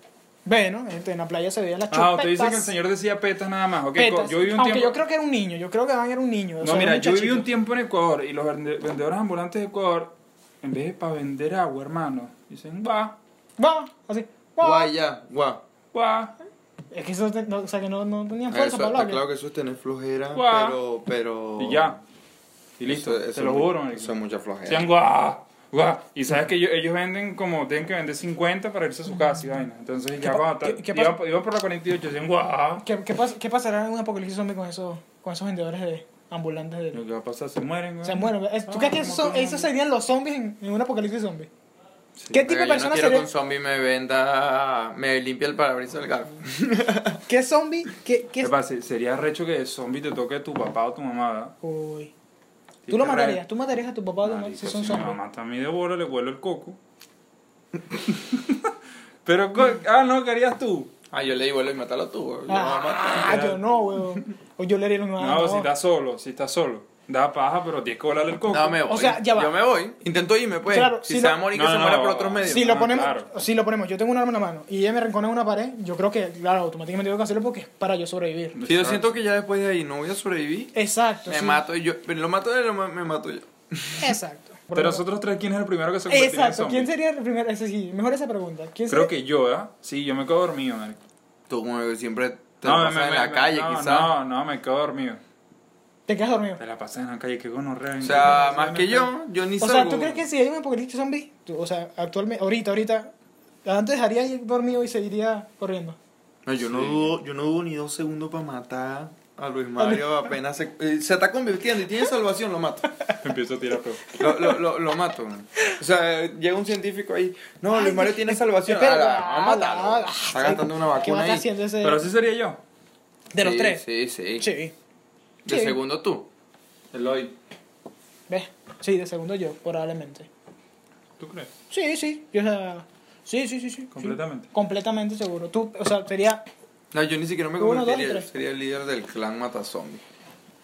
Speaker 1: Bueno, este, en la playa se veían las chupetas.
Speaker 2: Ah, usted dice que el señor decía petas nada más. Ok,
Speaker 1: Petas.
Speaker 2: co- yo viví un
Speaker 1: Aunque
Speaker 2: tiempo.
Speaker 1: yo creo que era un niño, yo creo que Adán era un niño. o sea,
Speaker 2: No, mira,
Speaker 1: un
Speaker 2: yo viví
Speaker 1: muchachito.
Speaker 2: un tiempo en Ecuador y los vende- vendedores ambulantes de Ecuador, en vez de para vender agua, hermano, dicen va,
Speaker 1: Va, así. va.
Speaker 3: Guay, ya, guau.
Speaker 2: va.
Speaker 1: Es que eso, te- no, o sea, que no, no tenían
Speaker 3: Eso,
Speaker 1: fuerza
Speaker 3: está
Speaker 1: para hablar.
Speaker 3: claro que eso es tener flojera,
Speaker 2: Guau.
Speaker 3: pero, pero...
Speaker 2: Y ya. Y listo,
Speaker 3: Oh. Eso- eso
Speaker 2: te lo
Speaker 3: es-
Speaker 2: juro. marico.
Speaker 3: Eso es mucha flojera.
Speaker 2: Decían guau, guau. Y sabes que ellos, ellos venden como, tienen que vender 50 para irse a su casa y vaina. Entonces ya
Speaker 1: pa-
Speaker 2: cuando
Speaker 1: qué-
Speaker 2: ta-
Speaker 1: qué
Speaker 2: iban,
Speaker 1: pasa?
Speaker 2: iban por la 48, decían guau.
Speaker 1: ¿Qué, qué, pas- qué pasará en un apocalipsis zombie con esos, con esos vendedores de ambulantes? De...
Speaker 2: Lo que va a pasar, se mueren, güey. Ah,
Speaker 1: O sea, bueno, es- ¿tú crees que esos, son- esos serían los zombies en, en un apocalipsis zombie?
Speaker 2: Sí.
Speaker 1: ¿Qué tipo
Speaker 3: Pero
Speaker 1: de
Speaker 3: yo no
Speaker 1: persona
Speaker 3: quiero que
Speaker 1: sería?
Speaker 3: un zombie me venda, me limpie el parabrisas del carro.
Speaker 1: ¿Qué zombie? ¿Qué, qué...
Speaker 2: Es fácil, sería recho que de zombie te toque tu papá o tu mamá. ¿verdad?
Speaker 1: Uy.
Speaker 2: Sí,
Speaker 1: ¿Tú lo
Speaker 2: qué re-
Speaker 1: matarías? ¿Tú matarías a tu papá o a tu mamá
Speaker 2: Marico,
Speaker 1: si son
Speaker 2: si mi
Speaker 1: zombies?
Speaker 2: mamá también de bola, le huele el coco. <laughs> Pero, co- ah, no, ¿qué harías tú?
Speaker 3: Ah, yo le digo, y matalo tú. güey. Yo voy a matar.
Speaker 1: Ah, yo no, weón. O yo le haría lo mismo.
Speaker 2: no, si estás solo, si estás solo. Da paja, pero tienes que volarle el coco.
Speaker 3: No, me voy.
Speaker 1: O sea, ya va.
Speaker 3: Yo me voy. Intento irme, pues.
Speaker 1: Claro,
Speaker 3: si
Speaker 1: si
Speaker 3: se
Speaker 1: no-
Speaker 3: va a morir,
Speaker 2: No,
Speaker 3: que se
Speaker 2: no,
Speaker 3: muera
Speaker 2: no,
Speaker 3: por otros medios.
Speaker 1: Si lo
Speaker 2: Ah,
Speaker 1: ponemos,
Speaker 2: claro.
Speaker 1: si lo ponemos, yo tengo un arma en la mano y ella me rincona en una pared, yo creo que, claro, automáticamente tengo que hacerlo porque es para yo sobrevivir.
Speaker 3: Si yo siento que ya después de ahí no voy a sobrevivir,
Speaker 1: Exacto.
Speaker 3: me
Speaker 1: sí.
Speaker 3: mato y yo. Pero lo mato él, me mato yo.
Speaker 1: Exacto.
Speaker 2: De nosotros tres, ¿quién es el primero que se convertiría en
Speaker 1: Exacto.
Speaker 2: zombie?
Speaker 1: ¿Quién sería el primero? Ese sí, mejor esa pregunta. ¿Quién
Speaker 2: Creo
Speaker 1: sería?
Speaker 2: que yo, ¿verdad? Sí, yo me quedo dormido, marico.
Speaker 3: Tú como que siempre te lo pasas en la calle,
Speaker 2: no,
Speaker 3: quizás.
Speaker 2: No, no, me quedo dormido.
Speaker 1: Te quedas dormido.
Speaker 2: Te la pasas en la calle, qué gonorrea.
Speaker 3: O sea, más que yo, yo ni
Speaker 1: O
Speaker 3: salgo.
Speaker 1: sea, ¿tú crees que si hay un apocalipsis zombie? tú- o sea, actualmente, ahorita, ahorita, antes haría ir dormido y seguiría corriendo.
Speaker 3: No, yo no
Speaker 2: Sí.
Speaker 3: dudo, yo no dudo ni dos segundos para matar a Luis Mario apenas se, eh, se está convirtiendo y tiene salvación, lo mato.
Speaker 2: <laughs> Empiezo a tirar peor.
Speaker 3: Lo, lo, lo, lo mato. güey. O sea, llega un científico ahí. No, Luis Mario tiene salvación.
Speaker 1: eh, espera,
Speaker 3: Ah, la-
Speaker 1: ah,
Speaker 3: vamos a matarlo.
Speaker 1: ah,
Speaker 3: Está gastando una
Speaker 1: ¿Qué
Speaker 3: vacuna
Speaker 1: va
Speaker 3: ahí.
Speaker 1: haciendo ese?
Speaker 2: Pero sí sería yo.
Speaker 1: de los
Speaker 3: Sí,
Speaker 1: tres.
Speaker 3: Sí, sí.
Speaker 1: Sí.
Speaker 3: De
Speaker 1: Sí.
Speaker 3: segundo tú.
Speaker 2: Eloy.
Speaker 1: ¿Ves? Sí, de segundo yo, probablemente.
Speaker 2: ¿Tú crees?
Speaker 1: Sí, sí. Yo, o sea, sí, sí, sí, sí.
Speaker 2: Completamente.
Speaker 1: Sí. Completamente seguro. Tú, o sea, sería
Speaker 3: No, yo ni siquiera me
Speaker 1: Uno, dos y
Speaker 3: convertiría. Yo
Speaker 1: tres.
Speaker 3: sería el líder del clan Matazombi.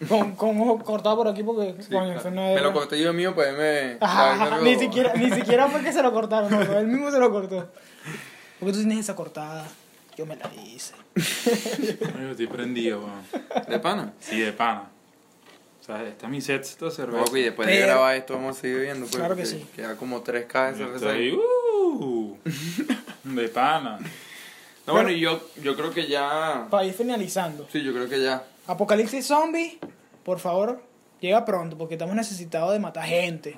Speaker 1: con, con ojo cortado por aquí porque coño, fue una
Speaker 3: Me
Speaker 1: de-
Speaker 3: lo corté yo mío, pues me.
Speaker 1: Ajá,
Speaker 3: para verme
Speaker 1: ni
Speaker 3: lo-
Speaker 1: siquiera, ni siquiera fue que se lo cortaron, no, no, él mismo se lo cortó. Porque tú tienes esa cortada, yo me la hice.
Speaker 2: Yo estoy prendido, weón.
Speaker 3: De pana.
Speaker 2: Sí, de pana. O sea, este es mi set de cerveza.
Speaker 3: Ojo, y después de
Speaker 1: Pero-
Speaker 3: grabar esto vamos a seguir viendo. Pues,
Speaker 1: Claro que sí.
Speaker 3: Queda como 3K de
Speaker 2: Yo
Speaker 3: cerveza.
Speaker 2: estoy,
Speaker 3: ahí.
Speaker 2: uh, de pana.
Speaker 3: No, bueno, y yo, yo creo que ya.
Speaker 1: Para ir finalizando,
Speaker 3: Sí, yo creo que ya.
Speaker 1: Apocalipsis Zombie, por favor, Llega pronto porque estamos necesitados de matar gente.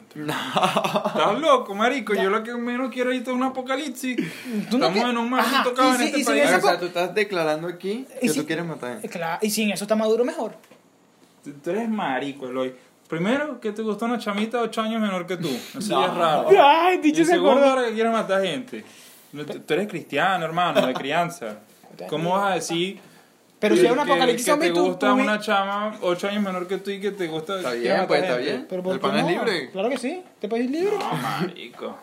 Speaker 2: Estás loco, marico. Yo lo que menos quiero ahorita es un apocalipsis.
Speaker 1: Tú no
Speaker 2: Estamos
Speaker 1: que-
Speaker 2: en un
Speaker 1: Ajá,
Speaker 2: maldito
Speaker 1: y
Speaker 2: caos en
Speaker 1: si-
Speaker 2: este
Speaker 1: y si
Speaker 2: país.
Speaker 1: esa
Speaker 3: O sea,
Speaker 1: co-
Speaker 3: tú estás declarando aquí
Speaker 1: Y
Speaker 3: que
Speaker 1: si-
Speaker 3: tú quieres matar gente.
Speaker 1: Claro, y si en eso está Maduro, mejor.
Speaker 2: Tú- Tú eres marico, Eloy. Primero, que te gustó una chamita ocho años menor que tú. Eso ya es
Speaker 3: No.
Speaker 2: raro.
Speaker 1: Ay,
Speaker 2: Y
Speaker 1: dicho se
Speaker 2: segundo,
Speaker 1: acordó.
Speaker 2: ahora que quieres matar gente. No, Tú tú eres cristiano, hermano, de crianza. ¿Cómo vas a decir
Speaker 1: Pero si
Speaker 2: que-
Speaker 1: hay un
Speaker 2: que-
Speaker 1: apocalipsis
Speaker 2: que
Speaker 1: zombie,
Speaker 2: te
Speaker 1: tú-
Speaker 2: gusta
Speaker 1: tú vi-
Speaker 2: una chama ocho años menor que tú y que te gusta...
Speaker 3: Está
Speaker 2: que
Speaker 3: bien,
Speaker 2: mata
Speaker 3: pues, está
Speaker 2: gente?
Speaker 3: bien.
Speaker 1: Pero ¿por
Speaker 3: El
Speaker 1: qué
Speaker 3: pan es
Speaker 1: no?
Speaker 3: libre.
Speaker 1: Claro que sí. ¿Te país libre?
Speaker 3: Oh,
Speaker 2: No, marico.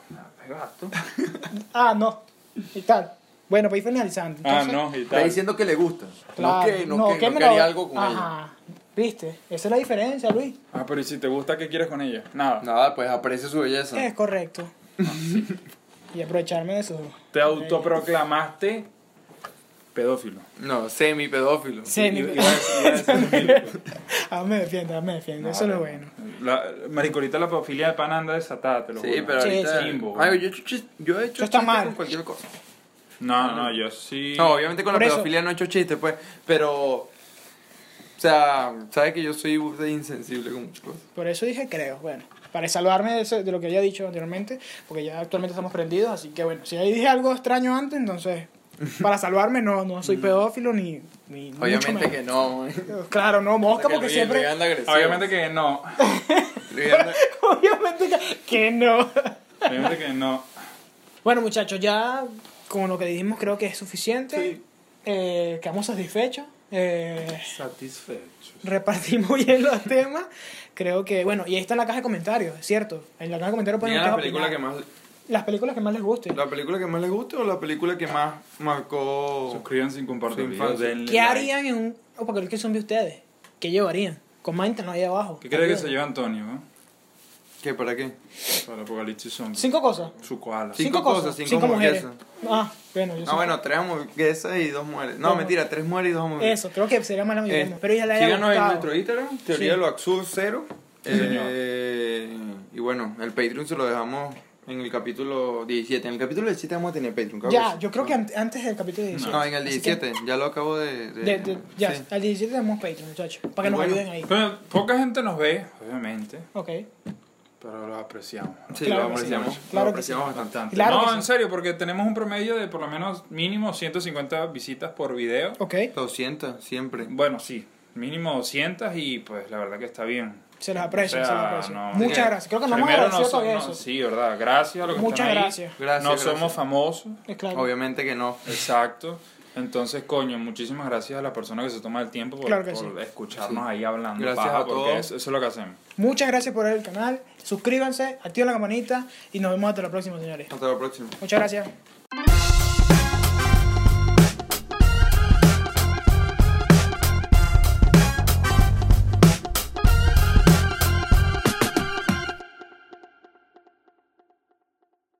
Speaker 2: Gato.
Speaker 1: Ah, no. Y tal. Bueno, para ir finalizando.
Speaker 2: Ah,
Speaker 1: entonces-
Speaker 2: no, y
Speaker 3: Está
Speaker 2: tal.
Speaker 3: diciendo que le gusta.
Speaker 1: Claro,
Speaker 3: no que, no, que, no
Speaker 1: me
Speaker 3: que
Speaker 1: lo-
Speaker 3: haría algo con ella.
Speaker 1: Ajá. ¿Viste? Esa es la diferencia, Luis.
Speaker 2: Ah, pero ¿y si te gusta, ¿qué quieres con ella? Nada.
Speaker 3: Nada, pues aprecia su belleza.
Speaker 1: Es
Speaker 3: <laughs>
Speaker 1: correcto. y aprovecharme de eso.
Speaker 2: Te autoproclamaste pedófilo.
Speaker 3: No, semi pedófilo.
Speaker 1: Sí, mi-
Speaker 2: Y- y- iba a decir- iba a decir <laughs> pedófilo.
Speaker 1: <laughs> Ah, me defiende, ah, me defiende. eso es lo bueno.
Speaker 2: La, maricolita, la pedofilia de pan anda desatada, te lo
Speaker 3: Sí,
Speaker 2: juro.
Speaker 3: pero
Speaker 1: Sí,
Speaker 3: ahorita.
Speaker 1: sí.
Speaker 2: Chimbo,
Speaker 3: Ay, yo, he hecho chis- yo he
Speaker 1: Eso
Speaker 3: hecho
Speaker 1: está
Speaker 3: chistes
Speaker 1: mal.
Speaker 3: con cualquier cosa.
Speaker 2: No, no, yo sí.
Speaker 3: No, obviamente con la
Speaker 1: Por eso-
Speaker 3: pedofilia no he hecho chistes, pues. Pero. O sea, sabes que yo soy burda de insensible con muchas cosas.
Speaker 1: Por eso dije creo. Bueno, para salvarme de, eso- de lo que había dicho anteriormente, porque ya actualmente estamos prendidos, así que bueno, si ahí dije algo extraño antes,
Speaker 3: <laughs>
Speaker 1: entonces, para salvarme no, no soy pedófilo ni... ni mucho
Speaker 3: Mm. Obviamente
Speaker 1: menos.
Speaker 3: que <laughs> no.
Speaker 1: Claro, no, mosca porque
Speaker 3: Luis-
Speaker 1: siempre...
Speaker 3: Luis anda agresivo.
Speaker 2: Obviamente que no.
Speaker 3: Luis anda-
Speaker 1: <laughs> Obviamente que, que no.
Speaker 2: Obviamente que no.
Speaker 1: Bueno, muchachos, ya con lo que dijimos creo que es suficiente.
Speaker 2: Sí.
Speaker 1: Eh, quedamos satisfechos. Eh,
Speaker 2: Satisfecho.
Speaker 1: repartimos <laughs> bien los temas. Creo que, bueno, y ahí está en la caja de comentarios, es cierto. En la caja de comentarios pueden
Speaker 3: Mira la
Speaker 1: ustedes
Speaker 3: película que
Speaker 1: opinar.
Speaker 3: más.
Speaker 1: las películas que más les gusten.
Speaker 3: ¿La película que más le gusta o la película que más marcó.
Speaker 2: Suscríbanse y compartan
Speaker 3: Su
Speaker 2: el video,
Speaker 3: infancia.
Speaker 2: denle
Speaker 1: ¿Qué
Speaker 2: like.
Speaker 1: harían en un apocalipsis zombie ustedes? ¿Qué llevarían? Coméntenlo ahí abajo.
Speaker 2: ¿Qué crees que se
Speaker 1: Ayuden.
Speaker 2: lleva Antonio? eh?
Speaker 3: ¿Qué? ¿Para qué?
Speaker 2: Para el apocalipsis zombie.
Speaker 1: Cinco cosas.
Speaker 2: Su koala.
Speaker 3: Sí. Cinco cosas, cinco hamburguesas.
Speaker 1: Ah, bueno, yo
Speaker 3: No,
Speaker 1: sé.
Speaker 3: bueno, tres hamburguesas y dos mujeres.
Speaker 1: Dos
Speaker 3: No, mentira, tres mujeres y dos hamburguesas.
Speaker 1: Eso, creo que sería más la mayoría.
Speaker 3: Eh,
Speaker 1: pero ya la haya
Speaker 3: síganos en
Speaker 1: gustado.
Speaker 3: nuestro Instagram, Teoría
Speaker 1: Sí.
Speaker 3: de lo Absurdo
Speaker 1: <laughs>
Speaker 3: Cero.
Speaker 2: Sí, señor.
Speaker 3: Eh, y bueno, el Patreon se lo dejamos en el capítulo 17. En el capítulo 17 vamos a tener Patreon. claro
Speaker 1: Ya,
Speaker 3: sí.
Speaker 1: yo creo que an- antes del capítulo 17.
Speaker 3: No, en el
Speaker 1: Así que-
Speaker 3: 17. Ya lo acabo de... de-
Speaker 1: De- de- ya,
Speaker 3: sí.
Speaker 1: al 17 tenemos Patreon, muchachos. Para que
Speaker 3: Y
Speaker 1: nos
Speaker 3: bueno,
Speaker 1: ayuden ahí.
Speaker 2: Pero poca gente nos ve, obviamente,
Speaker 1: Ok.
Speaker 2: pero los apreciamos. ¿no?
Speaker 3: Sí,
Speaker 1: Claro
Speaker 3: lo
Speaker 1: que sí.
Speaker 3: apreciamos.
Speaker 1: Claro
Speaker 3: lo
Speaker 1: que sí.
Speaker 3: apreciamos bastante.
Speaker 2: Bastante.
Speaker 1: Claro que
Speaker 2: no,
Speaker 1: sí.
Speaker 2: en serio, porque tenemos un promedio de por lo menos mínimo 150 visitas por video.
Speaker 1: Ok.
Speaker 3: 200, siempre.
Speaker 2: Bueno, sí, mínimo 200 y pues la verdad que está bien.
Speaker 1: Se los aprecio,
Speaker 2: O sea,
Speaker 1: se los aprecio.
Speaker 2: no. eh,
Speaker 1: Muchas
Speaker 3: Sí.
Speaker 1: gracias. Creo que nos hemos
Speaker 2: Primero no
Speaker 1: agradecido
Speaker 2: so-
Speaker 1: todavía
Speaker 2: no-
Speaker 1: eso.
Speaker 2: Sí, verdad, gracias a los que
Speaker 1: Muchas
Speaker 2: están ahí.
Speaker 1: gracias.
Speaker 3: Gracias,
Speaker 2: No
Speaker 3: gracias.
Speaker 2: somos famosos,
Speaker 1: Es claro.
Speaker 3: Obviamente que no.
Speaker 2: exacto. Entonces, coño, muchísimas gracias a la persona que se toma el tiempo por,
Speaker 1: Claro que
Speaker 2: por
Speaker 1: sí.
Speaker 2: escucharnos
Speaker 3: Sí.
Speaker 2: ahí hablando.
Speaker 3: Gracias
Speaker 2: paja,
Speaker 3: a
Speaker 2: porque
Speaker 3: todos.
Speaker 2: Eso, eso es lo que hacemos.
Speaker 1: Muchas gracias por ver el canal. Suscríbanse, activen la campanita y nos vemos hasta la próxima, señores.
Speaker 3: Hasta la próxima.
Speaker 1: Muchas gracias.